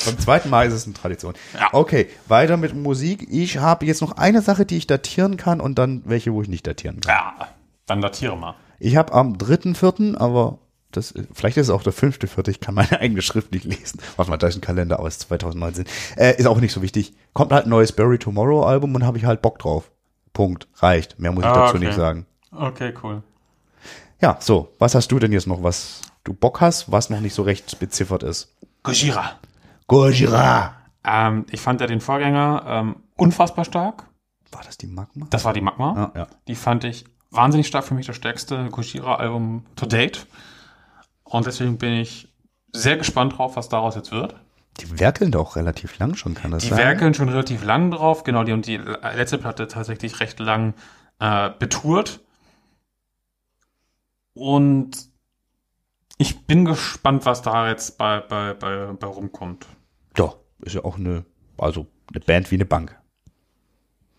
B: Beim zweiten Mal ist es eine Tradition. Okay, weiter mit Musik. Ich habe jetzt noch eine Sache, die ich datieren kann und dann welche, wo ich nicht datieren kann.
C: Ja. Dann datiere mal.
B: Ich habe am 3.4., aber das, vielleicht ist es auch der 5.4., ich kann meine eigene Schrift nicht lesen. Warte mal, da ist ein Kalender aus 2019. Äh, ist auch nicht so wichtig. Kommt halt ein neues Barry Tomorrow Album und habe ich halt Bock drauf. Punkt. Reicht. Mehr muss ich
C: Ah,
B: dazu
C: okay.
B: nicht sagen.
C: Okay, cool.
B: Ja, so. Was hast du denn jetzt noch, was du Bock hast, was noch nicht so recht beziffert ist?
C: Gojira.
B: Gojira!
C: Ähm, ich fand ja den Vorgänger ähm, unfassbar stark.
B: War das die Magma?
C: Das war die Magma.
B: Ah, ja.
C: Die fand ich wahnsinnig stark für mich das stärkste Gojira-Album to date. Und deswegen bin ich sehr gespannt drauf, was daraus jetzt wird.
B: Die werkeln doch relativ lang schon, kann das
C: Die
B: sein?
C: werkeln schon relativ lang drauf, genau, die haben die letzte Platte tatsächlich recht lang äh, betourt. Und ich bin gespannt, was da jetzt bei, bei, bei, bei rumkommt.
B: Doch, ist ja auch eine, also eine Band wie eine Bank.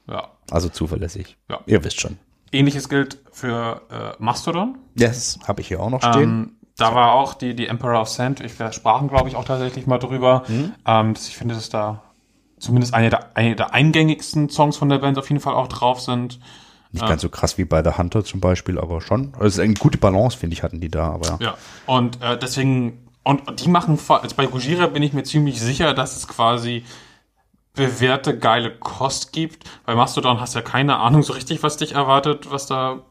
C: Ja.
B: Also zuverlässig.
C: Ja.
B: Ihr wisst schon. Ähnliches.
C: Ähnliches gilt für äh, Mastodon.
B: Das habe ich hier auch noch stehen.
C: Ähm, da war auch die, die Emperor of Sand, ich, wir sprachen, glaube ich, auch tatsächlich mal drüber. Ähm, ich finde, dass da zumindest eine der, eine der eingängigsten Songs von der Band auf jeden Fall auch drauf sind.
B: Nicht ganz so krass wie bei The Hunter zum Beispiel, aber schon. Also eine gute Balance, finde ich, hatten die da, aber ja.
C: Ja, und äh, deswegen, und und die machen, vor- also bei Gojira bin ich mir ziemlich sicher, dass es quasi bewährte, geile Kost gibt. Bei Mastodon hast du ja keine Ahnung so richtig, was dich erwartet, was da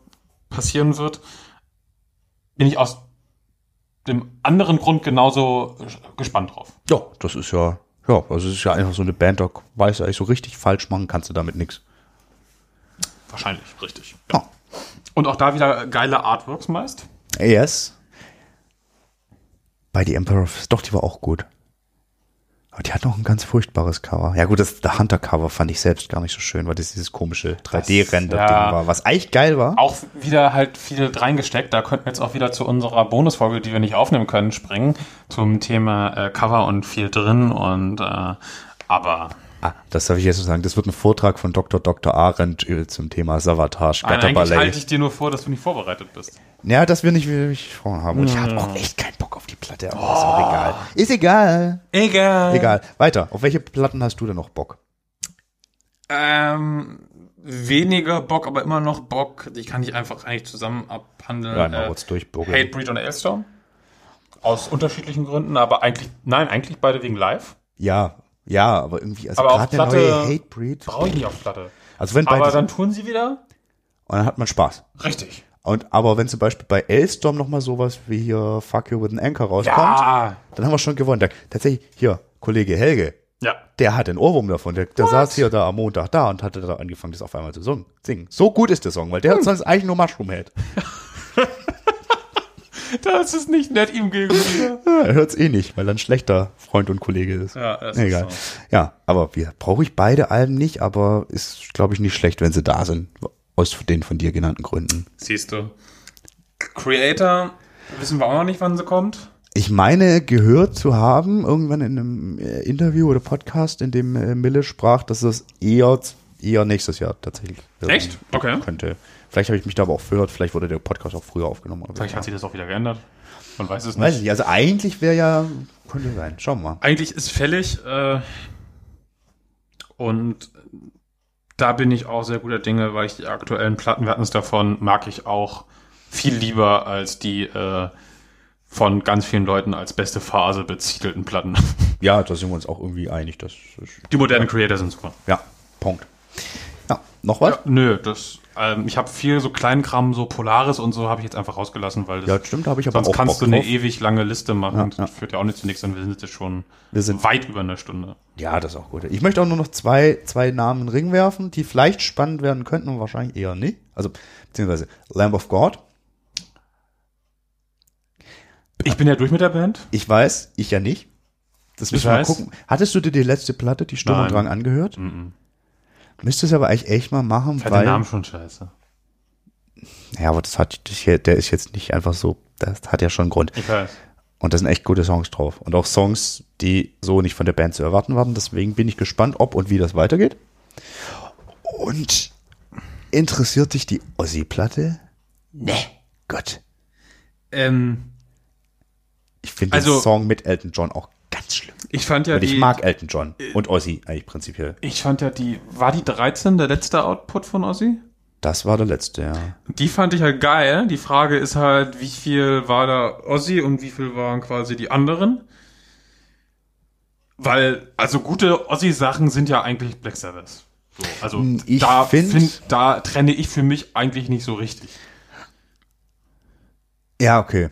C: passieren wird. Bin ich aus dem anderen Grund genauso äh, gespannt drauf.
B: Ja, das ist ja, ja, also es ist ja einfach so eine Band, da weißt du eigentlich so richtig falsch machen kannst du damit nichts.
C: Wahrscheinlich, richtig.
B: Ja.
C: Und auch da wieder geile Artworks meist.
B: Yes. Bei The Emperor of doch, die war auch gut. Aber die hat noch ein ganz furchtbares Cover. Ja gut, das The Hunter Cover fand ich selbst gar nicht so schön, weil das dieses komische 3D-Render-Ding
C: ja.
B: war, was eigentlich geil war.
C: Auch wieder halt viel reingesteckt. Da könnten wir jetzt auch wieder zu unserer Bonusfolge, die wir nicht aufnehmen können, springen. Zum Thema äh, Cover und viel drin. Und äh, aber
B: Ah, das darf ich jetzt noch sagen. Das wird ein Vortrag von Dr. Dr. Arendt äh, zum Thema Savatage,
C: eigentlich
B: Götterballett.
C: halte ich dir nur vor, dass du nicht vorbereitet bist.
B: Ja, dass wir nicht wirklich Frauen haben. Und ich
C: Hm.
B: habe auch echt keinen Bock auf die Platte, aber ist
C: Oh.
B: auch egal. Ist egal.
C: Egal.
B: Egal. Weiter. Auf welche Platten hast du denn noch Bock?
C: Ähm, weniger Bock, aber immer noch Bock. Die kann ich einfach eigentlich zusammen abhandeln. Äh,
B: Ja, mal kurz durchbuggeln.
C: Hatebreed und Elstorm. Aus unterschiedlichen Gründen, aber eigentlich, nein, eigentlich beide wegen live.
B: Ja, ja, aber irgendwie, also
C: Aber auf
B: gerade der
C: Platte
B: neue Hatebreed.
C: Brauche ich nicht auf Platte.
B: Also wenn
C: Aber
B: beides,
C: dann tun sie wieder?
B: und dann hat man Spaß.
C: Richtig.
B: Und aber wenn zum Beispiel bei Elstorm nochmal sowas wie hier Fuck You with an Anchor rauskommt,
C: Ja.
B: dann haben wir schon gewonnen. Da, tatsächlich, hier, Kollege Helge,
C: Ja.
B: der hat einen Ohrwurm davon. Der, der saß hier da am Montag da und hatte da angefangen, das auf einmal zu singen. singen. So gut ist der Song, weil der
C: Hm.
B: hat sonst eigentlich nur Mushroom Head.
C: Das ist nicht nett ihm gegenüber.
B: Ja, er hört's eh nicht, weil er ein schlechter Freund und Kollege ist.
C: Ja, das ist
B: Egal.
C: so.
B: Ja, aber wir brauche ich beide Alben nicht, aber ist, glaube ich, nicht schlecht, wenn sie da sind. Aus den von dir genannten Gründen.
C: Siehst du. Creator, wissen wir auch noch nicht, wann sie kommt.
B: Ich meine, gehört zu haben, irgendwann in einem äh, Interview oder Podcast, in dem äh, Mille sprach, dass das eher, eher nächstes Jahr tatsächlich werden
C: Echt? Okay.
B: könnte. Vielleicht habe ich mich da aber auch verhört, vielleicht wurde der Podcast auch früher aufgenommen. aber-
C: Vielleicht hat sich das auch wieder geändert. Man weiß es nicht.
B: Weiß ich nicht, also eigentlich wäre ja, könnte sein. Schauen wir mal.
C: Eigentlich ist fällig. Äh, und da bin ich auch sehr guter Dinge, weil ich die aktuellen Platten, wir hatten es davon, mag ich auch viel lieber als die äh, von ganz vielen Leuten als beste Phase beziegelten Platten.
B: Ja, da sind wir uns auch irgendwie einig. Das ist,
C: Die modernen Creator sind super.
B: ja, Punkt. Ja, noch was?
C: Nö, das Ähm, ich habe viel so Kleinkram, so Polaris und so habe ich jetzt einfach rausgelassen, weil das
B: Ja, stimmt, da habe ich aber
C: Sonst
B: auch
C: kannst
B: Bock
C: du eine E-
B: drauf.
C: ewig lange Liste machen.
B: Ja,
C: das
B: ja.
C: führt ja auch nicht zu nichts, denn wir sind jetzt schon
B: Wir sind-
C: weit über eine Stunde.
B: Ja, das ist auch gut. Ich möchte auch nur noch zwei, zwei Namen in den Ring werfen, die vielleicht spannend werden könnten und wahrscheinlich eher nicht. Also, beziehungsweise Lamb of God.
C: Ich bin ja durch mit der Band.
B: Ich weiß, ich ja nicht. Das müssen
C: Ich
B: wir mal
C: weiß.
B: gucken. Hattest du dir die letzte Platte, die Sturm und
C: Nein.
B: Drang, angehört?
C: Mhm.
B: Müsstest du aber eigentlich echt mal machen,
C: Ich fand
B: weil.
C: den Namen schon scheiße.
B: Ja, aber das hat, das hier- der ist jetzt nicht einfach so, das hat ja schon einen Grund.
C: Ich weiß.
B: Und da sind echt gute Songs drauf. Und auch Songs, die so nicht von der Band zu erwarten waren. Deswegen bin ich gespannt, ob und wie das weitergeht. Und interessiert dich die Ossi-Platte? Nee. Gott.
C: Ähm,
B: Ich finde den
C: Also-
B: Song mit Elton John auch ganz schlimm.
C: ich fand ja
B: Und
C: die.
B: ich mag Elton John und Ossi eigentlich prinzipiell.
C: Ich fand ja die. War die 13 der letzte Output von Ozzy?
B: Das war der letzte, ja.
C: Die fand ich halt geil. Die Frage ist halt, wie viel war da Ozzy und wie viel waren quasi die anderen? Weil, also gute Ozzy-Sachen sind ja eigentlich Black Sabbath. So, also
B: Hm, ich
C: da,
B: find-
C: da trenne ich für mich eigentlich nicht so richtig.
B: Ja, okay.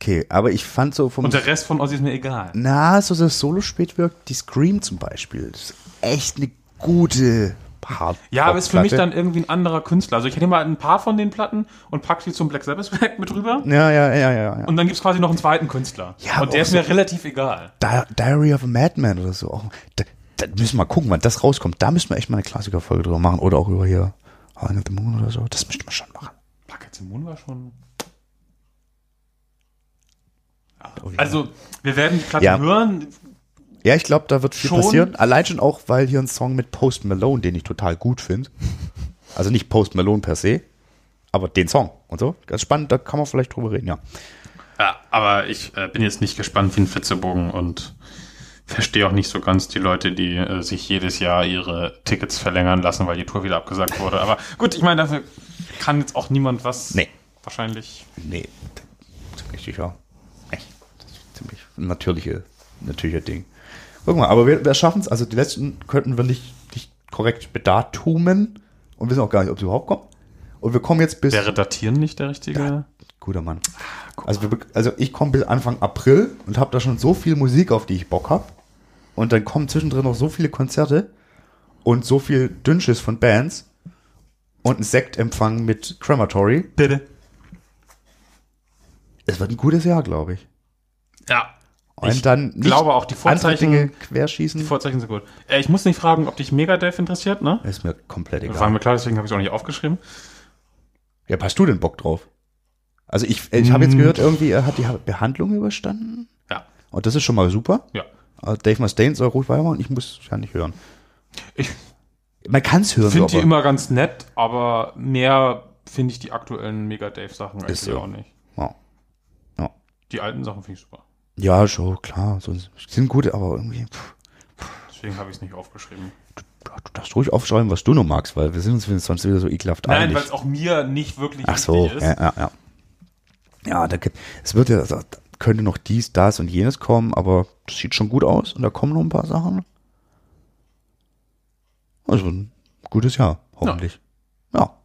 B: Okay, aber ich fand so vom
C: Und der Rest von Ozzy ist mir egal.
B: Na, so das Solo-Spät wirkt, die Scream zum Beispiel, das ist echt eine gute hard
C: Ja, aber ist für mich dann irgendwie ein anderer Künstler. Also ich hätte mal ein paar von den Platten und pack die zum Black Sabbath Werk mit rüber.
B: Ja, ja, ja, ja. ja.
C: Und dann gibt's quasi noch einen zweiten Künstler.
B: Ja, aber
C: und der
B: auch
C: ist
B: so-
C: mir relativ egal.
B: Di Diary of a Madman oder so. Auch, da, da müssen wir mal gucken, wann das rauskommt. Da müssen wir echt mal eine Klassikerfolge drüber machen. Oder auch über hier High of the Moon oder so. Das müsste man schon machen.
C: Bucket the Moon war schon.
B: Oh, ja.
C: Also, wir werden die Platte
B: Ja.
C: hören.
B: ja, ich glaube, da wird viel
C: Schon?
B: passieren. Allein schon auch, weil hier ein Song mit Post Malone, den ich total gut finde. Also nicht Post Malone per se, aber den Song und so. Ganz spannend, da kann man vielleicht drüber reden, ja.
C: Ja, aber ich äh, bin jetzt nicht gespannt wie ein Flitzebogen und verstehe auch nicht so ganz die Leute, die äh, sich jedes Jahr ihre Tickets verlängern lassen, weil die Tour wieder abgesagt wurde. Aber gut, ich meine, dafür kann jetzt auch niemand was.
B: Nee.
C: Wahrscheinlich.
B: Nee, ziemlich sicher. Echt. Das ist ziemlich ein natürliche, natürlicher Ding. Guck mal, aber wir, wir schaffen es. Also die letzten könnten wir nicht, nicht korrekt bedatumen und wissen auch gar nicht, ob sie überhaupt kommen. Und wir kommen jetzt bis.
C: Wäre Datieren nicht der richtige?
B: guter Mann. Also, wir, be- also ich komme bis Anfang April und habe da schon so viel Musik, auf die ich Bock habe. Und dann kommen zwischendrin noch so viele Konzerte und so viel Dünnschiss von Bands und ein Sektempfang mit Crematory.
C: Bitte.
B: Es wird ein gutes Jahr, glaube ich.
C: Ja.
B: Und dann nicht
C: glaube auch, die
B: andere
C: Vorzeichen-
B: Dinge
C: Die
B: querschießen.
C: Vorzeichen sind gut. Äh, ich muss nicht fragen, ob dich Megadeth interessiert, ne?
B: Ist mir komplett
C: War
B: egal.
C: mir klar, deswegen habe ich es auch nicht aufgeschrieben.
B: Ja, hast du denn Bock drauf? Also ich, ich habe
C: Mm.
B: jetzt gehört, irgendwie er hat die Behandlung überstanden.
C: Ja.
B: Und das ist schon mal super.
C: Ja.
B: Also Dave Mustaine soll ruhig weitermachen. Ich muss es ja nicht hören.
C: Ich
B: Man kann es hören,
C: finde
B: so,
C: die immer ganz nett, aber mehr finde ich die aktuellen Megadave-Sachen eigentlich
B: so.
C: auch nicht.
B: ja. Ja.
C: Die alten Sachen finde ich super.
B: ja, schon, klar. Sonst sind gute, aber irgendwie. Pff,
C: Deswegen habe ich es nicht aufgeschrieben.
B: du darfst ruhig aufschreiben, was du noch magst, weil wir sind uns sonst wieder so ekelhaft
C: Nein,
B: einig.
C: weil es auch mir nicht wirklich
B: Ach so,
C: wichtig
B: ja,
C: ist.
B: ja, ja. Ja, da, gibt- es wird ja, also, da könnte noch dies, das und jenes kommen, aber das sieht schon gut aus und da kommen noch ein paar Sachen. Also ein gutes Jahr, hoffentlich. Ja.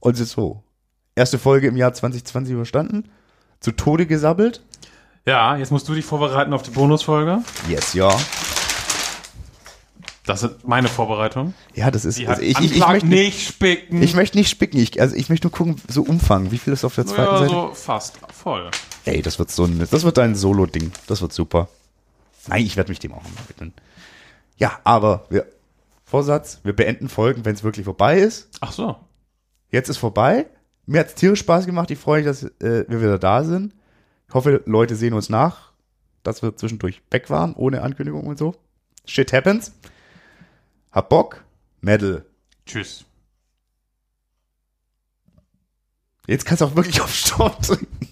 B: Und es ist so. Erste Folge im Jahr 2020 überstanden, zu Tode gesabbelt.
C: Ja, jetzt musst du dich vorbereiten auf die Bonusfolge.
B: Yes, ja.
C: Das ist meine Vorbereitung.
B: Ja, das ist.
C: Die hat
B: Also ich, ich, ich,
C: Anschlag
B: möchte, nicht,
C: nicht spicken.
B: ich möchte nicht spicken. Ich, also ich möchte nur gucken, so Umfang, wie viel ist auf der zweiten
C: ja,
B: Seite?
C: so fast voll.
B: Ey, das wird so ein, das wird ein Solo-Ding. Das wird super. Nein, ich werde mich dem auch mal widmen. Ja, aber wir, Vorsatz, wir beenden Folgen, wenn es wirklich vorbei ist.
C: Ach so.
B: Jetzt ist vorbei. Mir hat's tierisch Spaß gemacht. Ich freue mich, dass äh, wir wieder da sind. Ich hoffe, Leute sehen uns nach, dass wir zwischendurch weg waren, ohne Ankündigung und so. Shit happens. Hab Bock. Medal.
C: Tschüss.
B: Jetzt kannst du auch wirklich auf Stopp drücken.